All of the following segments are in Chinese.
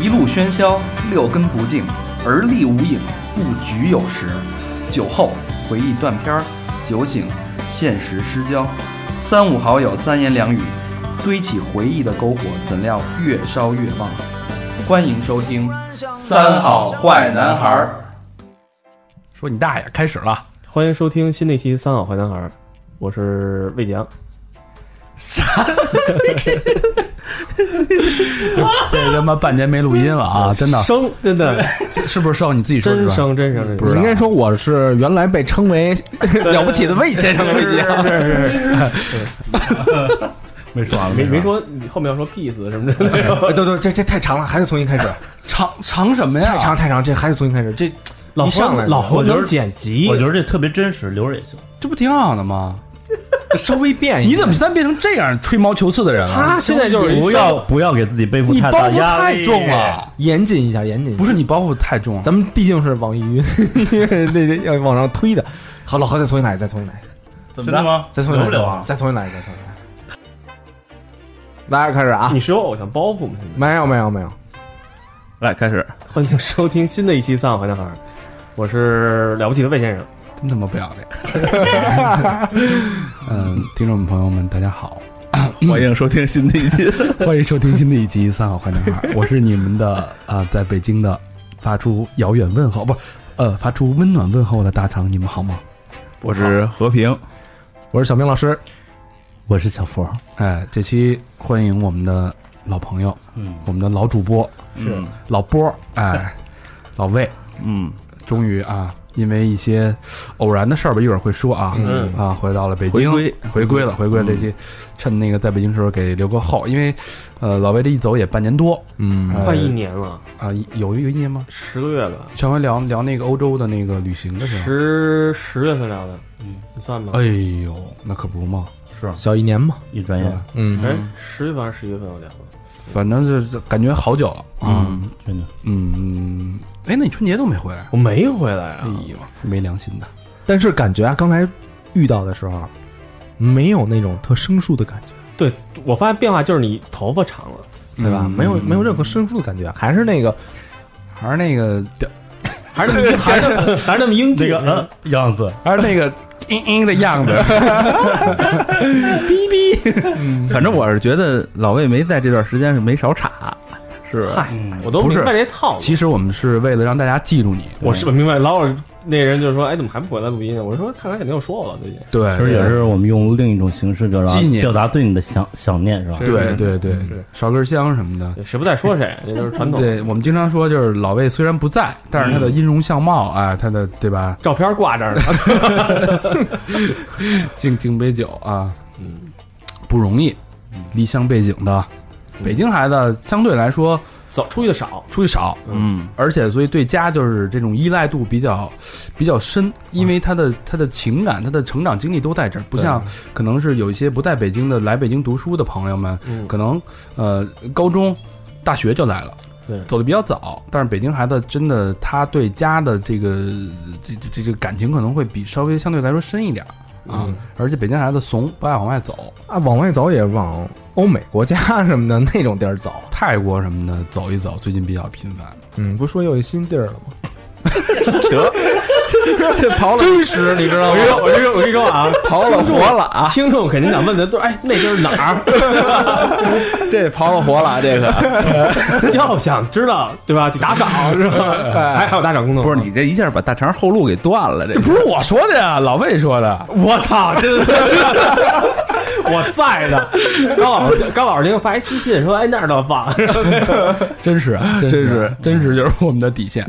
一路喧嚣，六根不净，而立无影，不局有时。酒后回忆断片儿，酒醒现实失焦。三五好友三言两语，堆起回忆的篝火，怎料越烧越旺。欢迎收听《三好坏男孩儿》。说你大爷，开始了，欢迎收听新的一期《三好坏男孩》，我是魏翔。这他妈半年没录音了 啊！真的，生真的哎是不是受你自己说真是吧？生真生真不是生，应该说我是原来被称为了不起的魏先生的魏杰，没说完没没。说你后面要说 peace 什么之类的。哎对对，这这太长了，还得重新开始，长长什么呀？太长太长，这还得重新开始，这老一上何来老何我觉得能剪辑我，觉得这特别真实，留着也行。这不挺好的吗？这稍微变一你下。怎么现在变成这样吹毛求疵的人了？他现在就是一不上要不要给自己背负你太包大袱压太力，重。了，严谨一下？严谨一下不是你包袱太重啊了。咱们毕竟是网易云那那要往上推的。好，老何再重新来，再重新来，怎么着吗？再重留新来，不留啊？再重新来，再重新来。大家开始啊你！是有偶像包袱吗？现在没有没有没有，来开 始，欢迎收听新的一期《三好坏男孩》，我是了不起的魏先生。真他妈不要 脸！嗯，听众朋友们，大家 好，欢迎收听新的一 期。欢迎收听新的一集《三好坏男孩》，我是你们的啊、在北京的发出遥远问候，不，呃，发出温暖问候的大肠，你们好吗？我是和平，我是小明老师，我是小福。哎，这期欢迎我们的老朋友，嗯我们的老主播是老波，哎，老魏，嗯，终于啊，因为一些偶然的事儿吧，一会儿会说啊，嗯啊，回到了北京，回归回归了，回归了嗯这期，趁那个在北京时候给留个后，因为呃，老魏这一走也半年多，嗯哎呃快一年了，啊，一有有一年吗？十个月了，上回聊聊那个欧洲的那个旅行的时候，十十月份聊的，嗯，你算吧哎。呦，那可不嘛，是小一年嘛，一转眼，嗯，哎，十月份还是十一月份我聊的？反正就是感觉好久了啊，嗯，真的嗯，哎，那你春节都没回来？我没回来哎哦啊，呦，没良心的。嗯但是感觉啊，刚才遇到的时候，啊没有那种特生疏的感觉，对我发现变化就是你头发长了， 对吧？嗯没有没有任何生疏的感觉，还是那个还是那个调，还是那么还是 那么还是那么英俊，嗯样子，还是那个嘤嘤的样子。反正我是觉得老魏没在这段时间是没少插，是吧嗨，嗯我都不是明白这套 路。其实我们是为了让大家记住你，我是不明白，老有那人就说：“哎，怎么还不回来录音？”我说：“看来肯定有说我了，最近。对，其实也是我们用另一种形式表达纪念表达对你的想想念，是吧？是对对对是，烧根香什么的。对”谁不在说 谁，这就是传统。对我们经常说，就是老魏虽然不在，但是他的音容相貌啊，他的对吧？照片挂这儿呢，敬敬杯酒啊，嗯不容易，离乡背井的，北京孩子相对来说走出去的少。出去少， 嗯，而且所以对家就是这种依赖度比较比较深，因为他的他的情感、他的成长经历都在这儿，不像可能是有一些不在北京的来北京读书的朋友们，嗯可能呃高中、大学就来了。对走的比较早，但是北京孩子真的，他对家的这个这这这这感情可能会比稍微相对来说深一点儿啊，而且北京孩子怂，不爱往外走，啊，往外走也往欧美国家 什么的那种地儿走。泰国什么的走一走，最近比较频繁。嗯，不是说又有新地儿了吗？这刨了真实，你知道我跟你说，我跟你说，我跟你说啊，跑了活了啊！听众肯定想问的都是：“哎，那地儿哪儿？”这刨了活啊了，这个要想知道，对吧？得打赏是吧？还还有打赏功能。 不是你这一下把大肠后路给断了，这这不是我说的呀，老魏说的。我操， 真的，我在呢。高老师，高老师，您发一私信说：“哎，那儿倒 棒。真是啊，真是真是就是我们的底线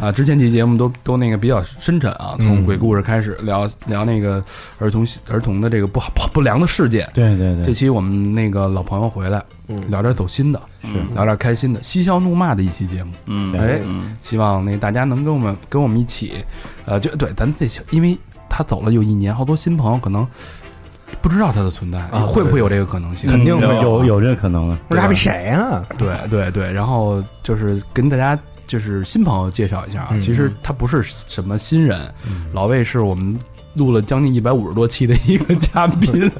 啊啊！之前几期节目都都那个比较深沉啊，从鬼故事开始聊聊那个儿童儿童的这个不好不不良的事件。对对这，期我们那个老朋友回来，嗯聊点走心的，聊点开心的，嬉笑怒骂的一期节目。嗯哎嗯希望那大家能跟我们跟我们一起，呃，就对，咱们这小因为他走了有一年，好多新朋友可能不知道他的存在，啊会不会有这个可能性？肯定会有有有有这可能啊。不是还比谁啊？对对对，然后就是跟大家就是新朋友介绍一下啊，嗯其实他不是什么新人，老魏是我们录了将近一百五十多期的一个嘉宾，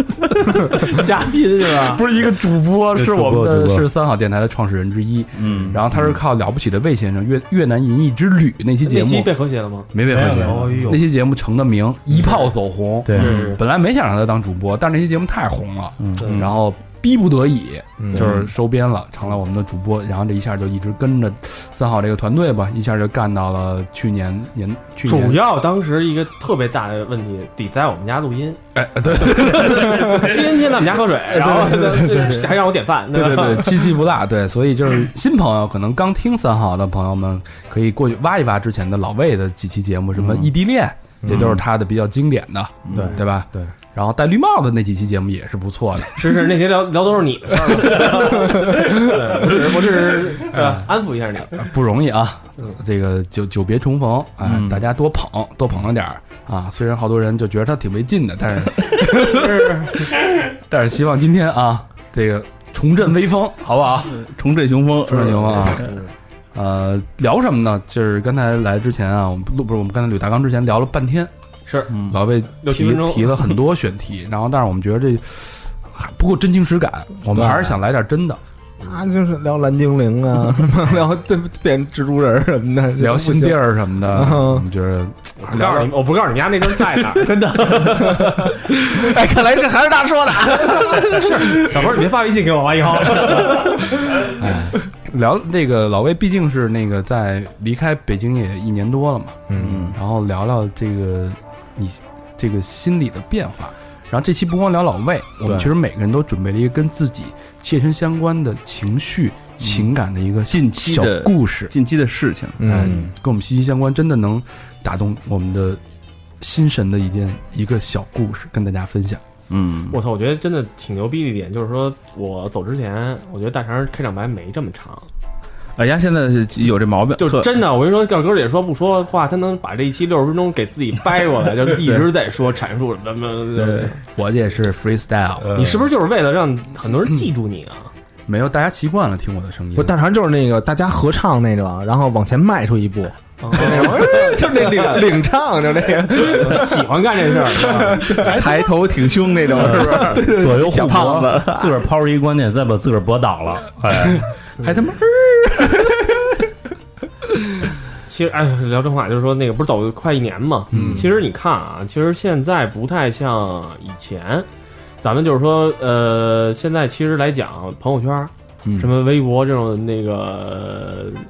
嘉宾是吧？不是一个主播，是是我们主的播是三好电台的创始人之一。嗯然后他是靠《了不起的魏先生》越越南银翼之旅那期节那期目被和谐了吗？没被发现，哎呦那期节目成的名一炮走红。对是本来没想让他当主播，但是那期节目太红了，嗯然后逼不得已嗯就是收编了，成了我们的主播。然后这一下就一直跟着三好这个团队吧，一下就干到了去年年去主年。要当时一个特别大的问题，得在我们家录音，哎，对 天天在我们家 喝水，然后这还让我点饭，对对吧对， 七七不落，对，所以就是新朋友，可能刚听三好的朋友们，可以过去挖一挖之前的老魏的几期节目，什么嗯异地恋，这都是他的比较经典的，对对吧？嗯对。然后戴绿帽子那几期节目也是不错的，是是，那天聊聊都是你的 事儿了对，我只是哎呃安抚一下你。不容易啊，呃这个久久别重逢，哎，大家多捧多捧着点儿啊。虽然好多人就觉得他挺没劲的，但是，但是希望今天啊，这个重振威风，好不好？重振雄风，重振威风啊！呃，聊什么呢？就是刚才来之前啊，我们录不是我们刚才吕大刚之前聊了半天，是嗯老魏六七提分钟提了很多选题，然后但是我们觉得这还不够真情实感，我们还是想来点真的，啊，就是聊蓝精灵啊， 什么聊对变蜘蛛人什么的，聊心地儿。儿什么的，嗯我们觉得我不告诉你，我不告诉你们家那灯在 哪儿，真的。哎，看来这还是大说的。小波，你别发微信给 我，完以后，聊那个老魏，毕竟是那个在离开北京也一年多了嘛，嗯，然后聊聊这个你这个心理的变化。然后这期不光聊老魏，我们对其实每个人都准备了一个跟自己切身相关的情绪、情感的一个近期小的故事，近期的事情，嗯，跟我们息息相关，真的能打动我们的心神的一件一个小故事，跟大家分享。嗯，我操，我觉得真的挺牛逼的一点就是说，我走之前，我觉得大肠开场白没这么长，哎呀，现在有这毛病，就特真的，我跟你说，吊哥也说不说话，他能把这一期六十分钟给自己掰过来，就一直在说阐述什么什么什么对。我这也是 freestyle，、你是不是就是为了让很多人记住你啊？没有大家习惯了听我的声音，不，大肠就是那个大家合唱那种，然后往前迈出一步，就是那领领唱，就那个 喜欢干这事儿，抬头挺胸 那种，是吧？左右小互胖搏子， 自个儿抛出一观点，再把自个儿驳倒了。 哎，还他妈其实，哎，聊正话就是说，那个不是走快一年嘛？嗯，其实你看啊，其实现在不太像以前，咱们就是说，呃，现在其实来讲，朋友圈、嗯什么微博这种那个呃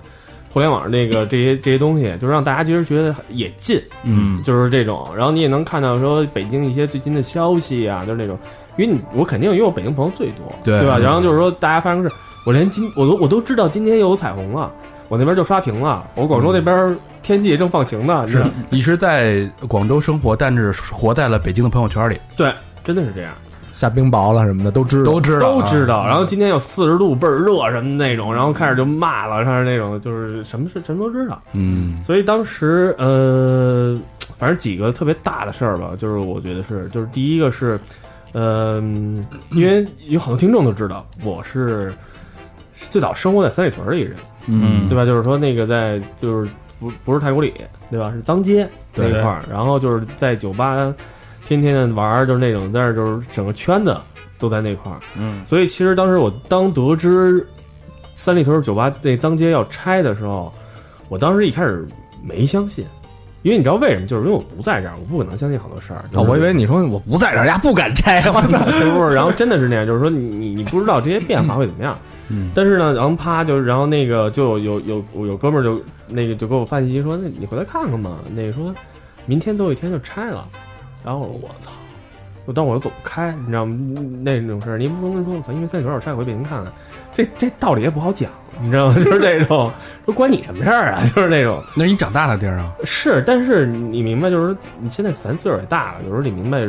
互联网那个这些这些东西，就让大家其实觉得也近，嗯就是这种。然后你也能看到说北京一些最近的消息啊，就是那种，因为你我肯定因为我北京朋友最多，对对吧？然后就是说大家发生事，我连今我都我都知道今天又有彩虹了，我那边就刷屏了，我广州那边天气也正放晴呢，你知是道，你是在广州生活，但是活在了北京的朋友圈里，对，真的是这样，下冰雹了什么的都知道，都知道啊，都知道。然后今天有四十度倍儿热什么那种，然后开始就骂了，开始那种就是什么事什么都知道。嗯，所以当时呃，反正几个特别大的事儿吧，就是我觉得是，就是第一个是，嗯、因为有好多听众都知道我是最早生活在三里屯儿的一个人，嗯对吧？就是说那个在就是不不是太古里，对吧？是当街那一块儿，然后就是在酒吧天天的玩儿，就是那种，但是就是整个圈子都在那块儿，嗯，所以其实当时我当得知三里屯酒吧那当街要拆的时候，我当时一开始没相信，因为你知道为什么？就是因为我不在这儿，我不可能相信好多事儿。啊我以为你说我不在这儿，家不敢拆，我操是不是？然后真的是那样，就是说你你你不知道这些变化会怎么样。嗯但是呢，然后啪就然后那个就有有有有哥们儿就那个就给我发信息说，那你回来看看嘛。那个说明天最后一天就拆了，然后我说我操，我但我又走不开，你知道吗？那种事儿你不能说咱因为三里屯要拆，我回北京看看，这这道理也不好讲，你知道吗？ 就是那种说关你什么事儿啊， 就是那种。那是你长大的地儿啊，是，但是你明白，就是说你现在咱岁数也大了，有时候你明白，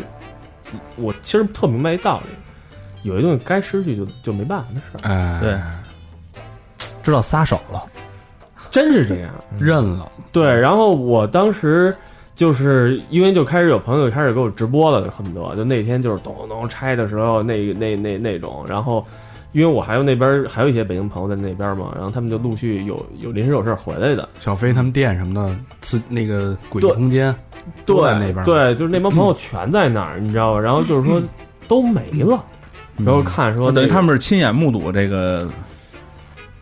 我其实特明白一道理，有一东西该失去就就没办法的事儿，哎，对，知道撒手了，真是这样。认了，对，然后我当时就是因为就开始有朋友就开始给我直播了，恨不得就那天就是咚咚咚拆的时候，那那那那种，然后。因为我还有那边还有一些北京朋友在那边嘛，然后他们就陆续有有临时有事儿回来的，小飞他们店什么的，次那个诡异对空间，都在对那边儿对，就是那帮朋友全在那儿，你知道吧？然后就是说都没了，嗯然后看说等于那个嗯他们是亲眼目睹这个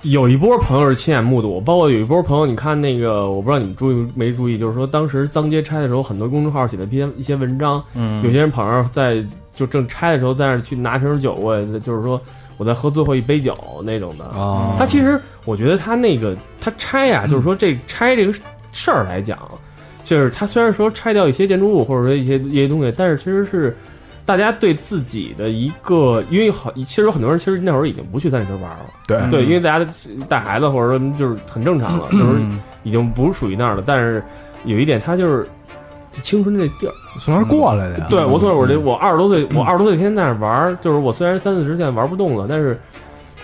有一波朋友是亲眼目睹，包括有一波朋友，你看那个，我不知道你们注意没注意，就是说当时脏街拆的时候，很多公众号写的篇一些文章，嗯有些人朋友在就正拆的时候，在那儿去拿瓶酒，我也就是说我在喝最后一杯酒那种的。啊，他其实我觉得他那个他拆呀、就是说这拆这个事儿来讲，就是他虽然说拆掉一些建筑物或者说一些一些东西，但是其实是大家对自己的一个，因为好，其实有很多人其实那会儿已经不去三里屯玩了。对对，因为大家带孩子或者说就是很正常了，就是已经不是属于那儿了。但是有一点，他就是青春这地儿。从那儿过来的呀。嗯对我从小我这嗯我二十多岁，我二十多岁天天在那儿玩儿，就是我虽然三四十现在玩不动了，但是。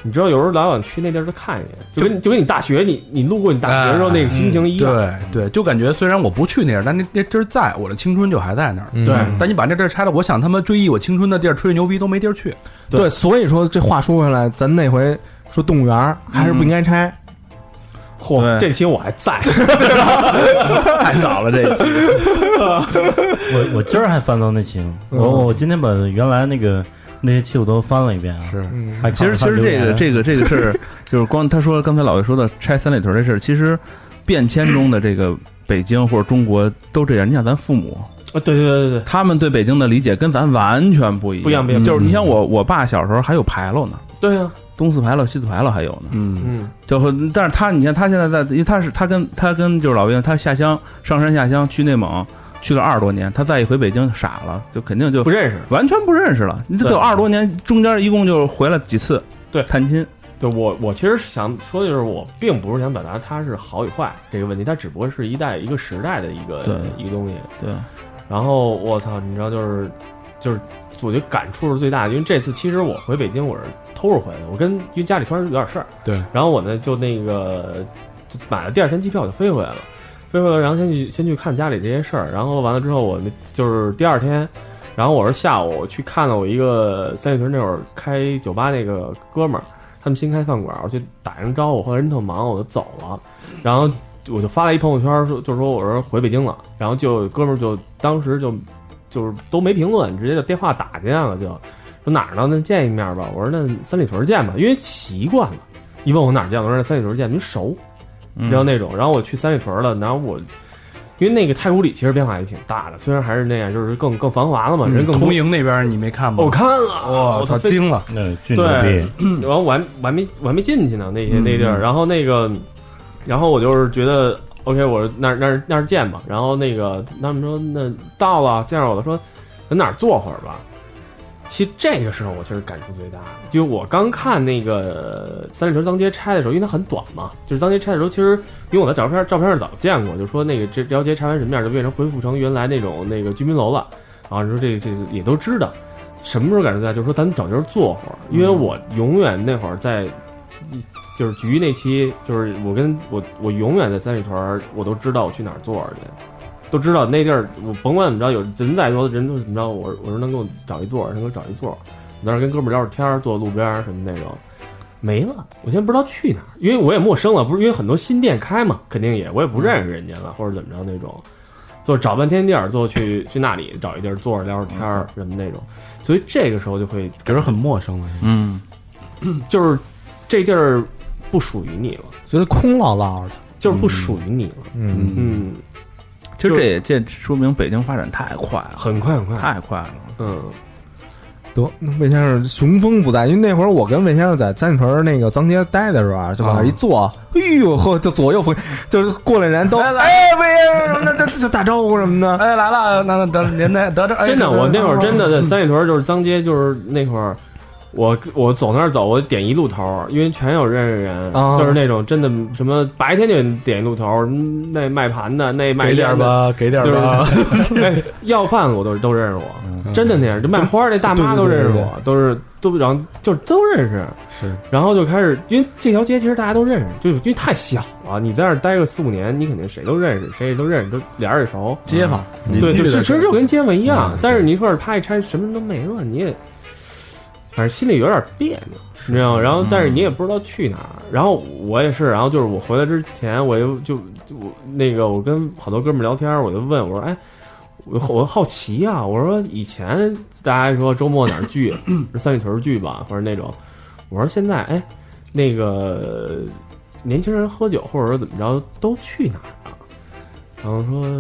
你知道，有时候老想去那地儿去看一眼，就跟就跟你大学，你你路过你大学的时哎候那个心情一嗯样。对对，就感觉虽然我不去那儿，但那那地儿在我的青春就还在那儿。嗯对但你把那地儿拆了，我想他妈追忆我青春的地儿，吹牛逼都没地儿去。对对，所以说这话说回来，咱那回说动物园儿还是不应该拆，嚯，对这期我还在，太早了，这一期我我今儿还翻到那期呢，嗯我我今天把原来那个那些期我都翻了一遍啊。是 嗯还其实其看了实看这留个言这个这个事儿，就是光他说刚才老魏说的拆三里屯这事儿，其实变迁中的这个北京或者中国都这样。你想咱父母，哦对对对对他们对北京的理解跟咱完全不一嗯不一样不一样就是你像我我爸小时候还有牌楼呢，对啊，东四牌楼、西四牌楼还有呢。嗯嗯，就和但是他你看他现在在，因为他是他跟他跟就是老魏，他下乡上山下乡去内蒙去了二十多年，他再一回北京傻了，就肯定就不认识。完全不认识了。你这对都二十多年，中间一共就回来几次，对探亲，对我，我其实想说，的就是我并不是想表达它是好与坏这个问题，它只不过是一代一个时代的一个对一个东西。对，然后我操，你知道就是就是，我觉得感触是最大的，因为这次其实我回北京我是偷着回来的，我跟因为家里突然有点事儿，对，然后我呢就那个就买了第二天机票我就飞回来了，飞回来然后先去先去看家里这些事儿，然后完了之后我那就是第二天。然后我是下午我去看了我一个三里屯那会儿开酒吧那个哥们儿，他们新开饭馆，我去打声招呼，后来人特忙，我就走了。然后我就发了一朋友圈说，就说我说回北京了。然后就有哥们儿就当时就就是都没评论，直接就电话打进来了，就说哪儿呢？那见一面吧。我说那三里屯见吧，因为习惯了。一问我哪儿见，我说那三里屯见，您熟，嗯你知道那种。然后我去三里屯了，然后我。因为那个太古里其实变化也挺大的，虽然还是那样，就是更更繁华了嘛，人更多同嗯营那边儿你没看吗？我看了，我操，非惊了！那巨牛逼，然后我还我还没我还没进去呢，那些那地儿，嗯然后那个，然后我就是觉得 OK，我说那儿那儿那儿见吧。然后那个他们说那到了，见着我了，说咱哪儿坐会儿吧。其实这个时候我其实感触最大，就是我刚看那个三里屯脏街拆的时候，因为它很短嘛，就是脏街拆的时候，其实因为我在照片照片上早见过，就说那个这这条街拆完什么样，就变成恢复成原来那种那个居民楼了。啊，你说这这个也都知道，什么时候感觉在？就是说咱们找地儿坐会儿，因为我永远那会儿在，就是局那期，就是我跟我我永远在三里屯儿，我都知道我去哪儿坐着去，都知道那地儿，我甭管怎么着，有人再多，人都怎么着，我我说能给我找一座儿，能给我找一座儿，我在那儿跟哥们儿聊会儿天儿，坐路边儿什么那种。没了，我现在不知道去哪儿，因为我也陌生了，不是因为很多新店开嘛，肯定也我也不认识人家了，或者怎么着那种，就找半天地儿，最后去去那里找一地儿坐着聊会儿天儿什么那种，所以这个时候就会觉得很陌生啊了。嗯，就是这地儿不属于你了，觉得空落落的。就是不属于你了。嗯，嗯，其实这也这说明北京发展太快了，很快很快。太快了。嗯，得，那魏先生雄风不在，因为那会儿我跟魏先生在三里屯那个脏街待的时候啊，就往那儿一坐，哎呦呵，就左右逢，就是过来人都哎魏先生什么的，就打招呼什么的。哎，来了，那那得您得得这，真的，我那会儿真的在三里屯就是脏街，就是那会儿。我我走那儿走，我点一路头，因为全有认识人，啊就是那种真的什么白天就点一路头，嗯那卖盘的那卖给点儿烟的，吧，给点儿吧。 哎，要饭的我都都认识我，真的那样，就卖花儿那大妈都认识嗯对对我，都是都然后就都认识，是，然后就开始，因为这条街其实大家都认识，就是因为太小了，你在那儿待个四五年，你肯定谁都认识，谁也都认识，都俩人也熟，街坊，对，就就其实就跟街坊一样嗯，但是你一块儿啪一拆，什么都没了，你也，反正心里有点别扭，你知道吗？然后，但是你也不知道去哪儿。然后我也是，然后就是我回来之前，我就就就我那个我跟好多哥们儿聊天，我就问我说，哎，我我好奇呀、我说以前大家说周末哪儿聚，是三里屯聚吧，或者那种，我说现在哎，那个年轻人喝酒或者说怎么着都去哪儿啊？然后说，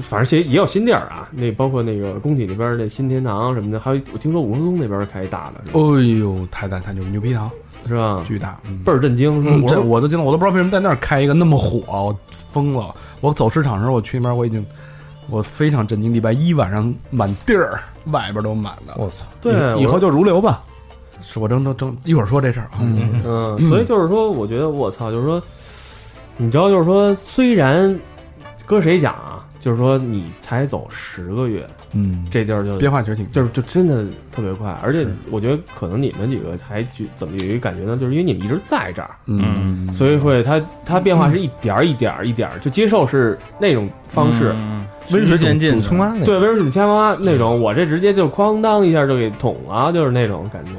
反正也也有新地儿啊，那包括那个工体那边儿那新天堂什么的，还有我听说五棵松那边儿开一大的，是吧哎呦，太大太牛牛皮糖是吧？巨大，嗯倍儿震惊，说嗯我这说我都惊了，我都不知道为什么在那儿开一个那么火，我疯了。我走市场的时候，我去那边我已经我非常震惊，礼拜一晚上满地儿，外边都满了。我操！对以以我后就如流吧。是我正正正一会儿说这事儿啊，嗯，所以就是说，我觉得我操，就是说，你知道，就是说，虽然搁谁讲啊，就是说你才走十个月，嗯，这地儿就变化其实挺就是就真的特别快，而且我觉得可能你们几个还就怎么有一个感觉呢？就是因为你们一直在这儿，嗯，所以会它它变化是一点儿一点儿一点儿，就接受是那种方式，嗯温水嗯渐进煮的，青蛙那个，对，温水煮青蛙那种，我这直接就哐当一下就给捅了，就是那种感觉。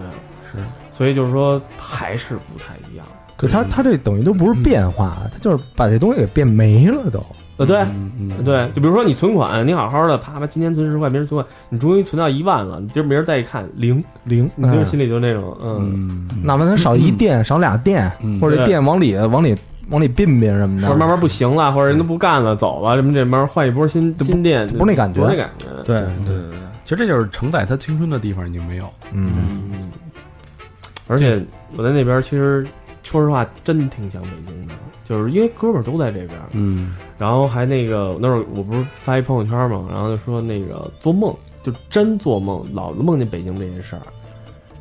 是，所以就是说还是不太一样。可他他这等于都不是变化，他就是把这东西给变没了都。呃，对，嗯嗯，对，就比如说你存款，你好好的，啪啪，今天存十块，明儿存款，你终于存到一万了，你今儿明儿再一看零，零，你就心里就那种，嗯，哎嗯哪怕他少一电，少俩电嗯，或者对电往里往里往里并并什么或者慢的，慢不行了，或者人都不干了，走了，什么这慢慢换一波新不新店，不是那感觉不是那感觉，对对对对，其实这就是承载他青春的地方已经没有了。嗯，嗯，而且我在那边其实说实话真挺想北京的，就是因为哥们儿都在这边，嗯然后还那个那会儿我不是发一朋友圈嘛，然后就说那个做梦就真做梦，老梦见北京这件事儿，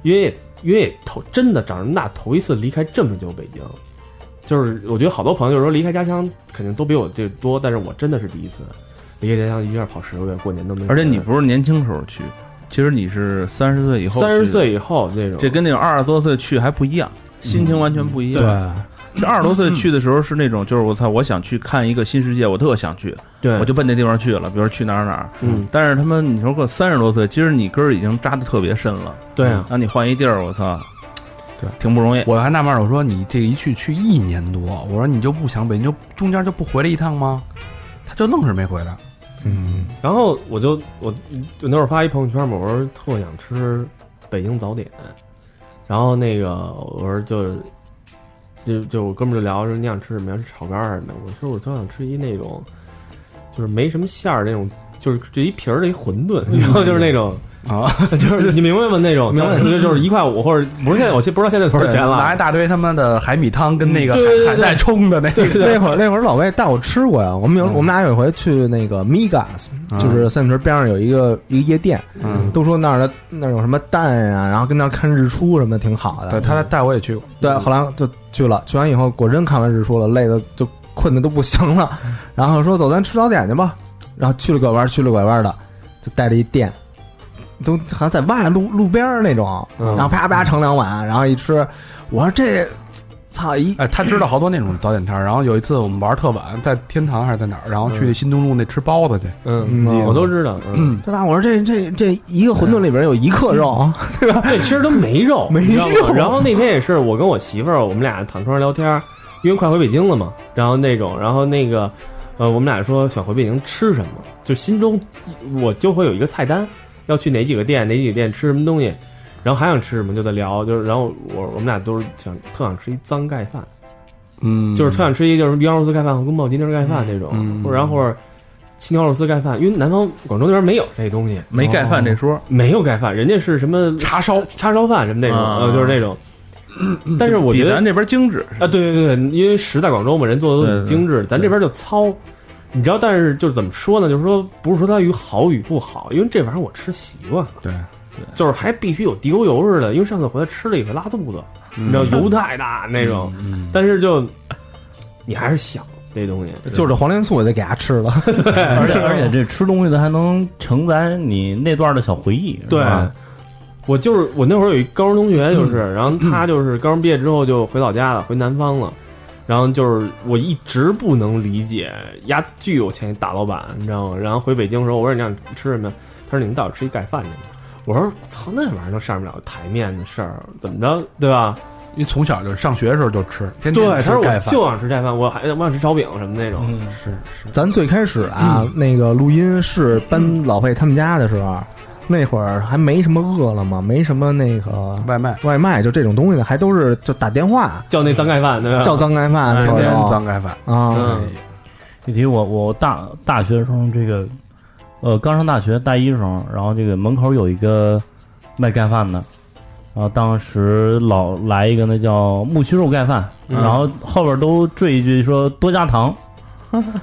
因为也因为也头真的长这么大头一次离开这么久北京，就是我觉得好多朋友就是说离开家乡肯定都比我这多，但是我真的是第一次离开家乡一下跑十个月，过年都没回来。而且你不是年轻时候去，其实你是三十岁以后，三十，岁以后嗯这种，这跟那种二十多岁去还不一样，心情完全不一样。这二十多岁去的时候是那种，就是我操，我想去看一个新世界，我特想去，对我就奔那地方去了，比如说去哪儿哪儿。嗯但是他们，你说过三十多岁，其实你根儿已经扎的特别深了，嗯对啊，让你换一地儿，我操，对，挺不容易。我还纳闷儿，我说你这一去去一年多，我说你就不想北京，就中间就不回来一趟吗？他就愣是没回来。嗯，然后我就我我那会儿发一朋友圈嘛，我说特想吃北京早点，然后那个我说就是就就我哥们儿就聊说你想吃什么呀，想吃炒肝儿什么的，我说我特想吃一那种就是没什么馅儿那种，就是这一皮儿的一馄饨，然后就是那种。啊， 就是你明白吗？那种，明白就是就是一块五，或者不是现在，我现不知道现在多少钱了。嗯拿一大堆他妈的海米汤跟那个对对对海海带冲的那个，那会儿那会儿老魏带我吃过呀，我们有我们俩有一回去那个 Migas，嗯就是三里屯边上有一个一个夜店，嗯，都说那儿的那儿有什么蛋啊，然后跟那儿看日出什么的挺好对的。他带我也去过，对，后来就去了，去完以后果真看完日出了，累的就困的都不行了， 然后说走，咱吃早点去吧。然后去了拐弯，去了拐弯的，就带着一店，都好像在外路路边儿那种，嗯然后啪啪盛两碗，然后一吃，我说这操一哎，他知道好多那种早点摊儿。然后有一次我们玩儿特晚，在天堂还是在哪儿，然后去那新东路那吃包子去，嗯，嗯我都知道。嗯，对吧？我说这这这一个馄饨里边有一克肉， 对，其实都没肉，没肉你知道吗然后那天也是我跟我媳妇儿，我们俩躺床上聊天儿，因为快回北京了嘛。然后那种，然后那个，呃，我们俩说想回北京吃什么，就心中我就会有一个菜单，要去哪几个店，哪几个店吃什么东西，然后还想吃什么就在聊，就是然后我我们俩都是想特想吃一脏盖饭，嗯，就是特想吃一就是鱼香肉丝盖饭和宫保鸡丁盖饭那种，嗯或者然后或者青椒肉丝盖饭，因为南方广州那边没有这东西，没盖饭哦这说，没有盖饭，人家是什么叉烧，叉烧饭什么那种，啊呃，就是那 种。但是我比觉得咱这边精致。啊，对对对，因为食在广州嘛，人做的都很对对精致，咱这边就糙。你知道，但是就是怎么说呢？就是说，不是说它与好与不好，因为这玩意儿我吃习惯了，对，就是还必须有地沟油似的。因为上次回来吃了一回拉肚子，嗯你知道油太大那种，但是就你还是想这东西，就着黄连素我就给他吃了。 而且而且这吃东西的还能承载你那段的小回忆，是对吧，我就是我那会儿有一高中同学，嗯就是，然后他就是高中毕业之后就回老家了，回南方了，然后就是我一直不能理解，丫巨有钱大老板，你知道吗？然后回北京的时候，我说你想吃什么呀？他说你们到底吃一盖饭去吗？我说操，那玩意儿能上不了台面的事儿，怎么着，对吧？因为从小就上学的时候就吃，天对，天他吃说我盖饭。就想吃盖饭，我还我想吃炒饼什么那种。嗯是是，咱最开始啊，那个录音是搬老魏他们家的时候，那会儿还没什么饿了么，没什么那个外卖外卖，就这种东西的，还都是就打电话叫那脏盖饭，对吧？叫脏盖饭，天说天哟脏盖饭。哎啊，哦嗯具体我我大大学的时候，这个呃刚上大学大一的时候，然后这个门口有一个卖盖饭的，然后当时老来一个那叫木须肉盖饭，嗯然后后边都缀一句说多加 糖。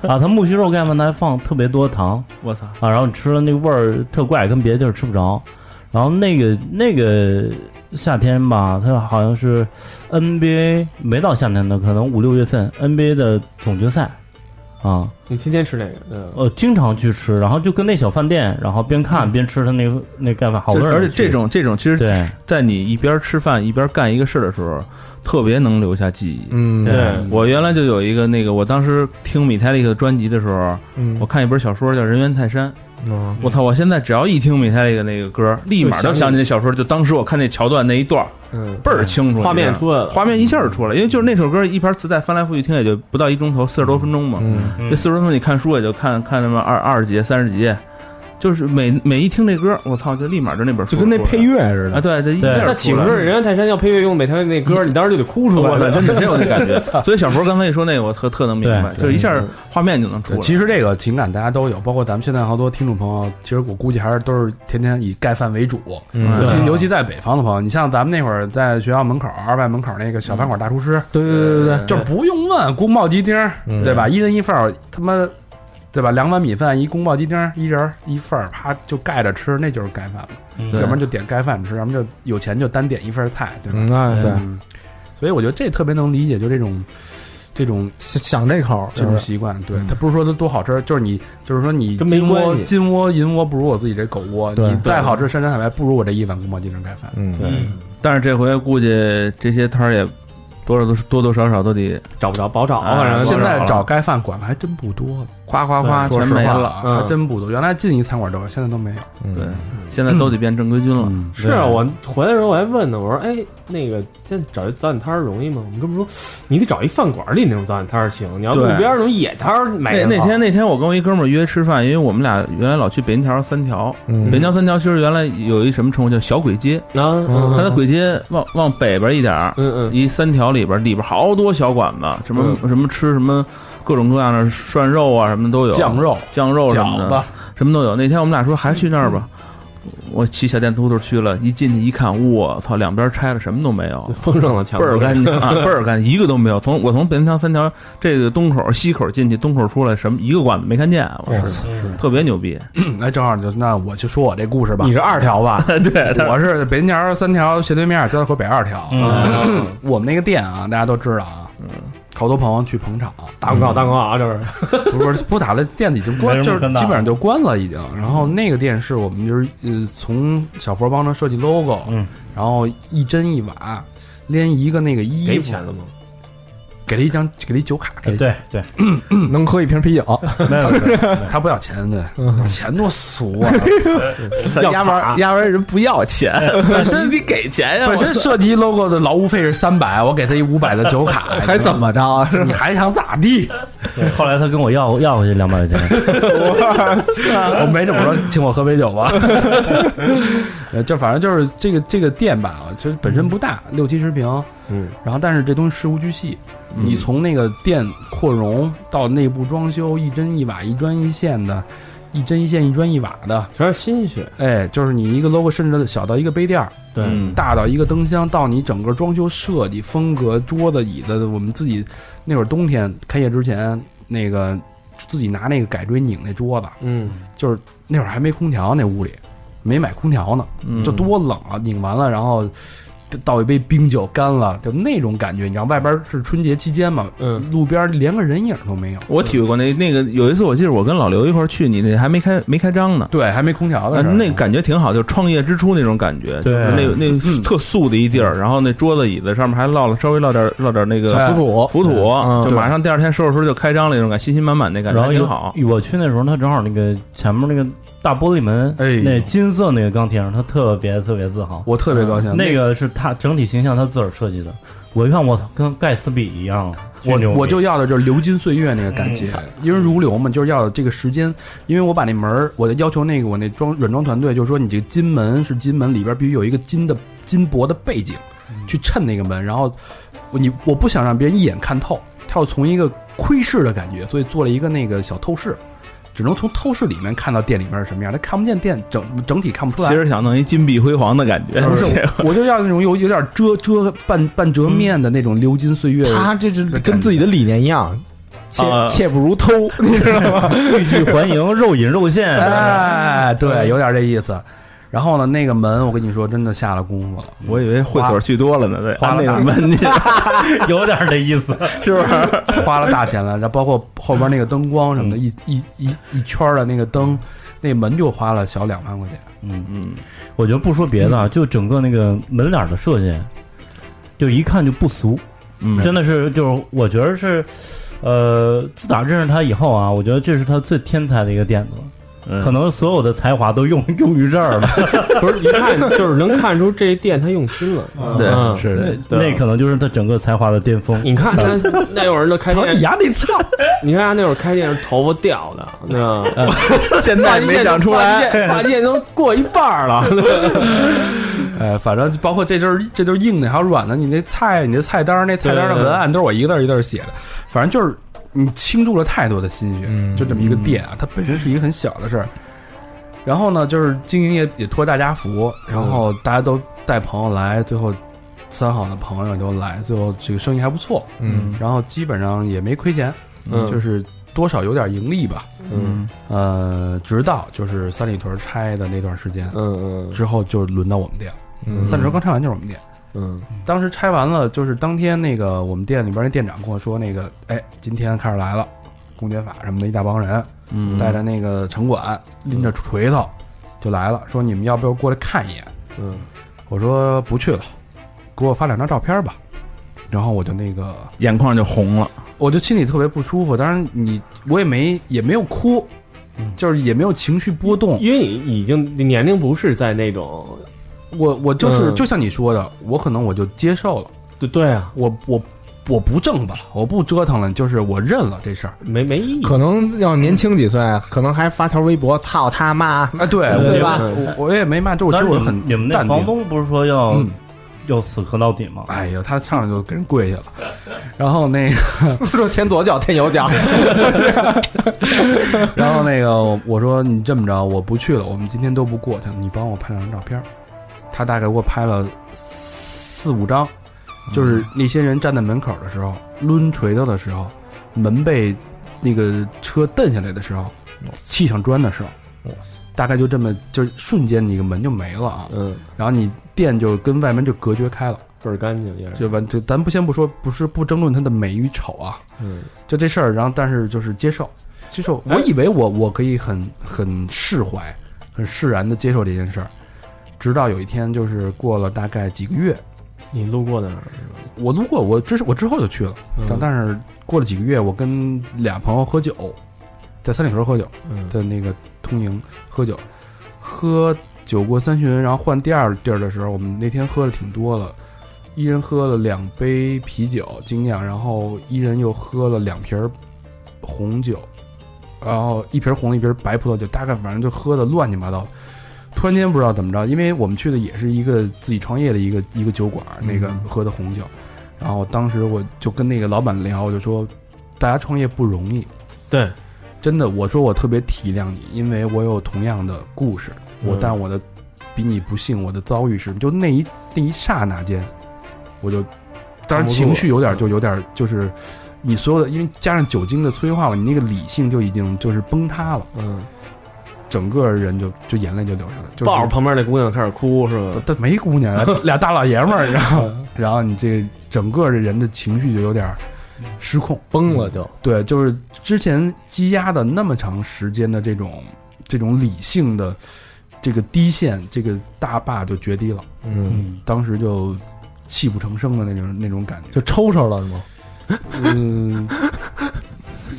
啊，他木须肉盖饭他还放特别多糖我操，啊，然后你吃了那个味儿特怪，跟别的地儿吃不着。然后那个那个夏天吧，他好像是 NBA 没到夏天的，可能五六月份 NBA 的总决赛啊，你天天吃那个，嗯，呃，经常去吃，然后就跟那小饭店，然后边看边吃他那个那盖饭，好多就人而且去这种这种，其实，对在你一边吃饭一边干一个事儿的时候，特别能留下记忆。嗯，对我原来就有一个那个，我当时听米泰利克专辑的时候，嗯我看一本小说叫《人猿泰山》，嗯我操！我现在只要一听米泰利克那个歌，立马就想起那小说，就当时我看那桥段那一段儿嗯，倍儿清楚，画面你知道吗出来了，画面一下就出来，因为就是那首歌一盘磁带翻来覆去听也就不到一钟头，四十多分钟嘛。嗯嗯这四十多分钟你看书也就看看那么二二十几页、三十几页，就是每每一听这歌，我操，就立马就那本书就跟那出来配乐似啊，的，对，这一对下那岂不是人家泰山要配乐用每天那歌，你当时就得哭出来我操，了？真的真有那感觉。所以小佛刚才一说那个，我特特能明白，就是一下画面就能出对，来。其实这个情感大家都有，包括咱们现在好多听众朋友，其实我估计还是都是天天以盖饭为主，嗯尤对其啊尤其在北方的朋友，你像咱们那会儿在学校门口二外门口那个小饭馆大厨师，对对对嗯对就不用问宫爆鸡丁儿，嗯对吧？一人一份儿，他妈，对吧？两碗米饭，一宫爆鸡丁儿，一人儿一份儿，啪就盖着吃，那就是盖饭嘛。对嗯要不然就点盖饭吃，要不然就有钱就单点一份儿菜，对吧？嗯啊对，嗯所以我觉得这特别能理解，就这种这种想想这口儿这种习惯，嗯对他不是说它多好吃，就是你，就是说你跟没金窝关系金窝银窝不如我自己这狗窝，对你再好吃山珍海味不如我这一碗宫保鸡丁盖饭。嗯，但是这回估计这些摊儿也多少都是多多少少都得找不着，保找，啊反正嗯现在找盖饭馆子还真不多，夸夸夸说全实没话了。啊，嗯还真不多。原来进一餐馆都有，现在都没有。嗯对，现在都得变正规军了。嗯，是啊，我回来的时候我还问呢，我说哎，那个现在找一早点摊儿容易吗？我们哥们说，哦你得找一饭馆里那种早点摊儿行，你要路对边儿那种野摊儿买那人那好天那天我跟我一哥们儿约吃饭，因为我们俩原来老去北京桥三条，北嗯京桥三条其实原来有一什么称呼叫小鬼街，啊，嗯它的嗯鬼街往往北边一点儿，嗯一三条里边儿里边儿好多小馆子，什么嗯什么吃什么各种各样的涮肉啊什么都有，酱肉、酱肉什么饺的，子，什么都有。那天我们俩说还去那儿吧，我骑小电嘟嘟去了，一进去一看，我操，两边拆了，什么都没有嗯，，丰盛了强 倍儿干净，啊倍儿干净，一个都没有。从我从北京桥三条这个东口西口进去，东口出来，什么一个馆子没看见，啊我我操，操，特别牛逼。那哎正好就那我就说我这故事吧你。是二条 吧？对，他我是北京桥三条斜对面交道口北二条，嗯我们那个店啊，大家都知道啊，嗯好多朋友去捧场，打广告，打广告啊，就是不是不打了，店已经关，没就什是么基可打本上就关了已经。然后那个店是我们就是呃，从小佛帮着设计 logo，嗯，然后一针一瓦，连一个那个衣服，给钱了吗？给了一张，给了一酒卡，嗯给了一对对，嗯能喝一瓶啤酒，没有没有没有他不要钱，对，嗯钱多俗 啊！要压卡弯压弯人不要钱，哎本身 你给钱呀本身设计 logo 的劳务费是三百，我给他一五百的酒卡， 还怎么着啊？ 你还想咋地？对后来他跟我要要回去两百块钱， 我没这么说，请我喝杯酒 吧。呃，就反正就是这个这个店吧，啊其实本身不大，六七十平，嗯，然后但是这东西事无巨细，你从那个店扩容到内部装修，一针一瓦、一砖一线的，一针一线、一砖一瓦的，全是心血，哎，就是你一个 logo，甚至小到一个杯垫儿，对，嗯大到一个灯箱，到你整个装修设计、风格、桌子、椅子，我们自己那会儿冬天开业之前，那个自己拿那个改锥拧那桌子，嗯，就是那会儿还没空调，那屋里没买空调呢，嗯就多冷啊！拧完了，然后倒一杯冰酒干了，就那种感觉。你知道外边是春节期间嘛，嗯，路边连个人影都没有，我体会过那那个有一次，我记得我跟老刘一块儿去，你那还没开没开张呢。对，还没空调的啊时候，那感觉挺好，就创业之初那种感觉，对就是那那特素的一地儿，然后那桌子椅子上面还落了稍微落点落点那个小浮土，浮土，嗯就对马上第二天收拾收拾就开张了那种感觉，信心满 满那感觉然还后挺好。有我去那时候，他正好那个前面那个大玻璃门，哎那金色那个钢铁上，他特别特别自豪。我特别高兴。那个是他整体形象他自个儿设计的，我一看我操，跟盖茨比一样，啊巨我牛逼 我就要的就是流金岁月那个感觉，因为如流嘛，就是要这个时间。因为我把那门儿，我的要求那个我那装软装团队就说，你这个金门是金门，里边必须有一个金的金箔的背景，去衬那个门。然后我你我不想让别人一眼看透，他要从一个窥视的感觉，所以做了一个那个小透视，只能从透视里面看到店里面是什么样，他看不见店整整体看不出来。其实想弄一金碧辉煌的感觉，不是结果，我就要那种有有点遮遮半半折面的那种流金岁月。他这是感觉跟自己的理念一样，切啊切不如偷，你知道吗？ 欲拒还 迎，肉隐肉现。哎，对，嗯有点这意思。然后呢，那个门我跟你说，真的下了功夫了。我以为会所去多了呢，对，花了大门去，有点这意思，是不是？花了大钱了，然后包括后边那个灯光什么的，嗯一一一一圈儿的那个灯，那门就花了小两万块钱。嗯，嗯，我觉得不说别的啊，嗯就整个那个门脸的设计，就一看就不俗，嗯真的是就是我觉得是，呃，自打认识他以后啊，我觉得这是他最天才的一个点子，嗯可能所有的才华都用用于这 儿了，不是一看就是能看出这店他用心了。嗯对，是的，那啊对可能就是他整个才华的巅峰。你看他 那会儿都开瞧你店，牙那跳，你看他那会儿开店是头发掉的，那 现在没长出 发来，际线，发际线都过一半儿了。呃，反正包括这就是这就是硬的，还有软的。你那菜，你那菜单儿，那菜单上对对对文案都是我一个字儿一个字儿写的，反正就是你倾注了太多的心血，嗯就这么一个店啊，它本身是一个很小的事儿。然后呢，就是经营也也托大家福，然后嗯大家都带朋友来，最后三好的朋友都来，最后这个生意还不错，嗯，然后基本上也没亏钱， 嗯就是多少有点盈利吧。嗯呃，直到就是三里屯拆的那段时间嗯之后，就轮到我们店了。嗯三里屯刚拆完就是我们店。嗯当时拆完了，就是当天那个我们店里边那店长跟我说，那个哎，今天开始来了，公检法什么的一大帮人，嗯带着那个城管拎着锤头就来了，说你们要不要过来看一眼？嗯我说不去了，给我发两张照片吧。然后我就那个，眼眶就红了，我就心里特别不舒服。当然你我也没也没有哭，嗯就是也没有情绪波动。因为你已经你年龄不是在那种，我我就是嗯就像你说的，我可能我就接受了，对对啊，我我我不挣吧了，我不折腾了，就是我认了这事儿。没没意义。可能要年轻几岁，可能还发条微博，操他妈！啊，对，对我吧我我也没骂，就我但就是我你们很你们那淡房定。东不是说要、嗯，要死磕到底吗？哎呀，他上来就给人跪下了，然后那个， 说天左脚，天右脚。然后那个，我说你这么着，我不去了，我们今天都不过去，你帮我拍两张照片儿。他大概给我拍了四五张，就是那些人站在门口的时候，抡锤头的时候，门被那个车蹬下来的时候，砌上砖的时候，大概就这么，就是瞬间你个门就没了啊，嗯，然后你店就跟外面就隔绝开了。倍儿干净也是。就完，就咱不先不说，不是不争论它的美与丑啊，嗯，就这事儿，然后但是就是接受，接受。哎我以为我我可以很很释怀，很释然的接受这件事儿，直到有一天，就是过了大概几个月，你路过那儿是吧？我路过，我之我之后就去了，但嗯但是过了几个月，我跟俩朋友喝酒，在三里屯喝酒嗯的那个通营喝酒，喝酒过三巡，然后换第二地儿的时候，我们那天喝的挺多了，一人喝了两杯啤酒精酿，然后一人又喝了两瓶儿红酒，然后一瓶红的，一瓶白葡萄酒，大概反正就喝的乱七八糟。突然间不知道怎么着，因为我们去的也是一个自己创业的一个一个酒馆，那个喝的红酒，然后当时我就跟那个老板聊，我就说，大家创业不容易，对，真的，我说我特别体谅你，因为我有同样的故事，我嗯但我的比你不幸，我的遭遇是，就那一那一刹那间，我就，当然扛不住情绪有点了就有点就是，你所有的因为加上酒精的催化，你那个理性就已经就是崩塌了，嗯，整个人就就眼泪就流下来，就是抱着旁边那姑娘开始哭是吧？这没姑娘， 俩大老爷们儿，然后 然后你这整个人的情绪就有点失控。崩了就，对，就是之前积压的那么长时间的这种这种理性的这个低线，这个大坝就决堤了，嗯，嗯，当时就泣不成声的那种那种感 觉。就抽抽了是 吗？嗯，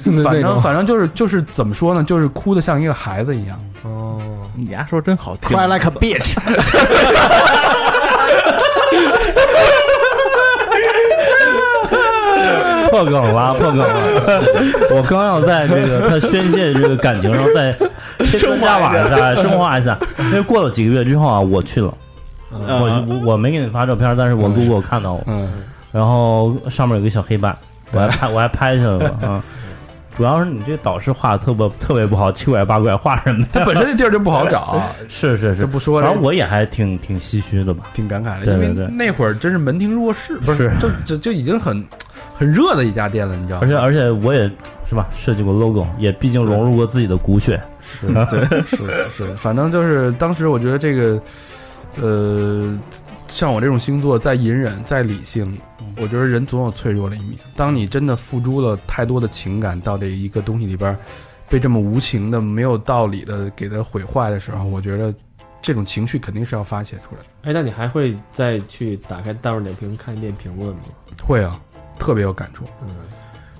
那反正那种反正就是就是怎么说呢，就是哭的像一个孩子一样。哦，你牙说真好听 cry like a bitch，破梗了，破梗 了。我刚要在这个他宣泄这个感情上再添砖加瓦一 下，升华一下。因为过了几个月之后啊，我去了，我我我没给你发照片，但是我路过看到了，嗯，然后上面有个小黑板，我还 拍我还拍下来了啊。主要是你这导师画的特别特别不好，七拐八拐画什么他呀？本身那地儿就不好 找， 是是，就是不说反了正。我也还挺挺唏嘘的吧。挺感慨的，对因对为对那会儿真是门庭若市，不是是就就就已经很很热的一家店了，你知道而吗？且而且我也是吧，设计过 logo，也毕竟融入过自己的骨血。是对是是，反正就是当时我觉得这个，呃，像我这种星座，再隐忍再理性，我觉得人总有脆弱的一面。当你真的付诸了太多的情感到这一个东西里边儿，被这么无情的、没有道理的给它毁坏的时候，我觉得这种情绪肯定是要发泄出来的。哎，那你还会再去打开大众点评看一遍评论吗？会啊，特别有感触。嗯，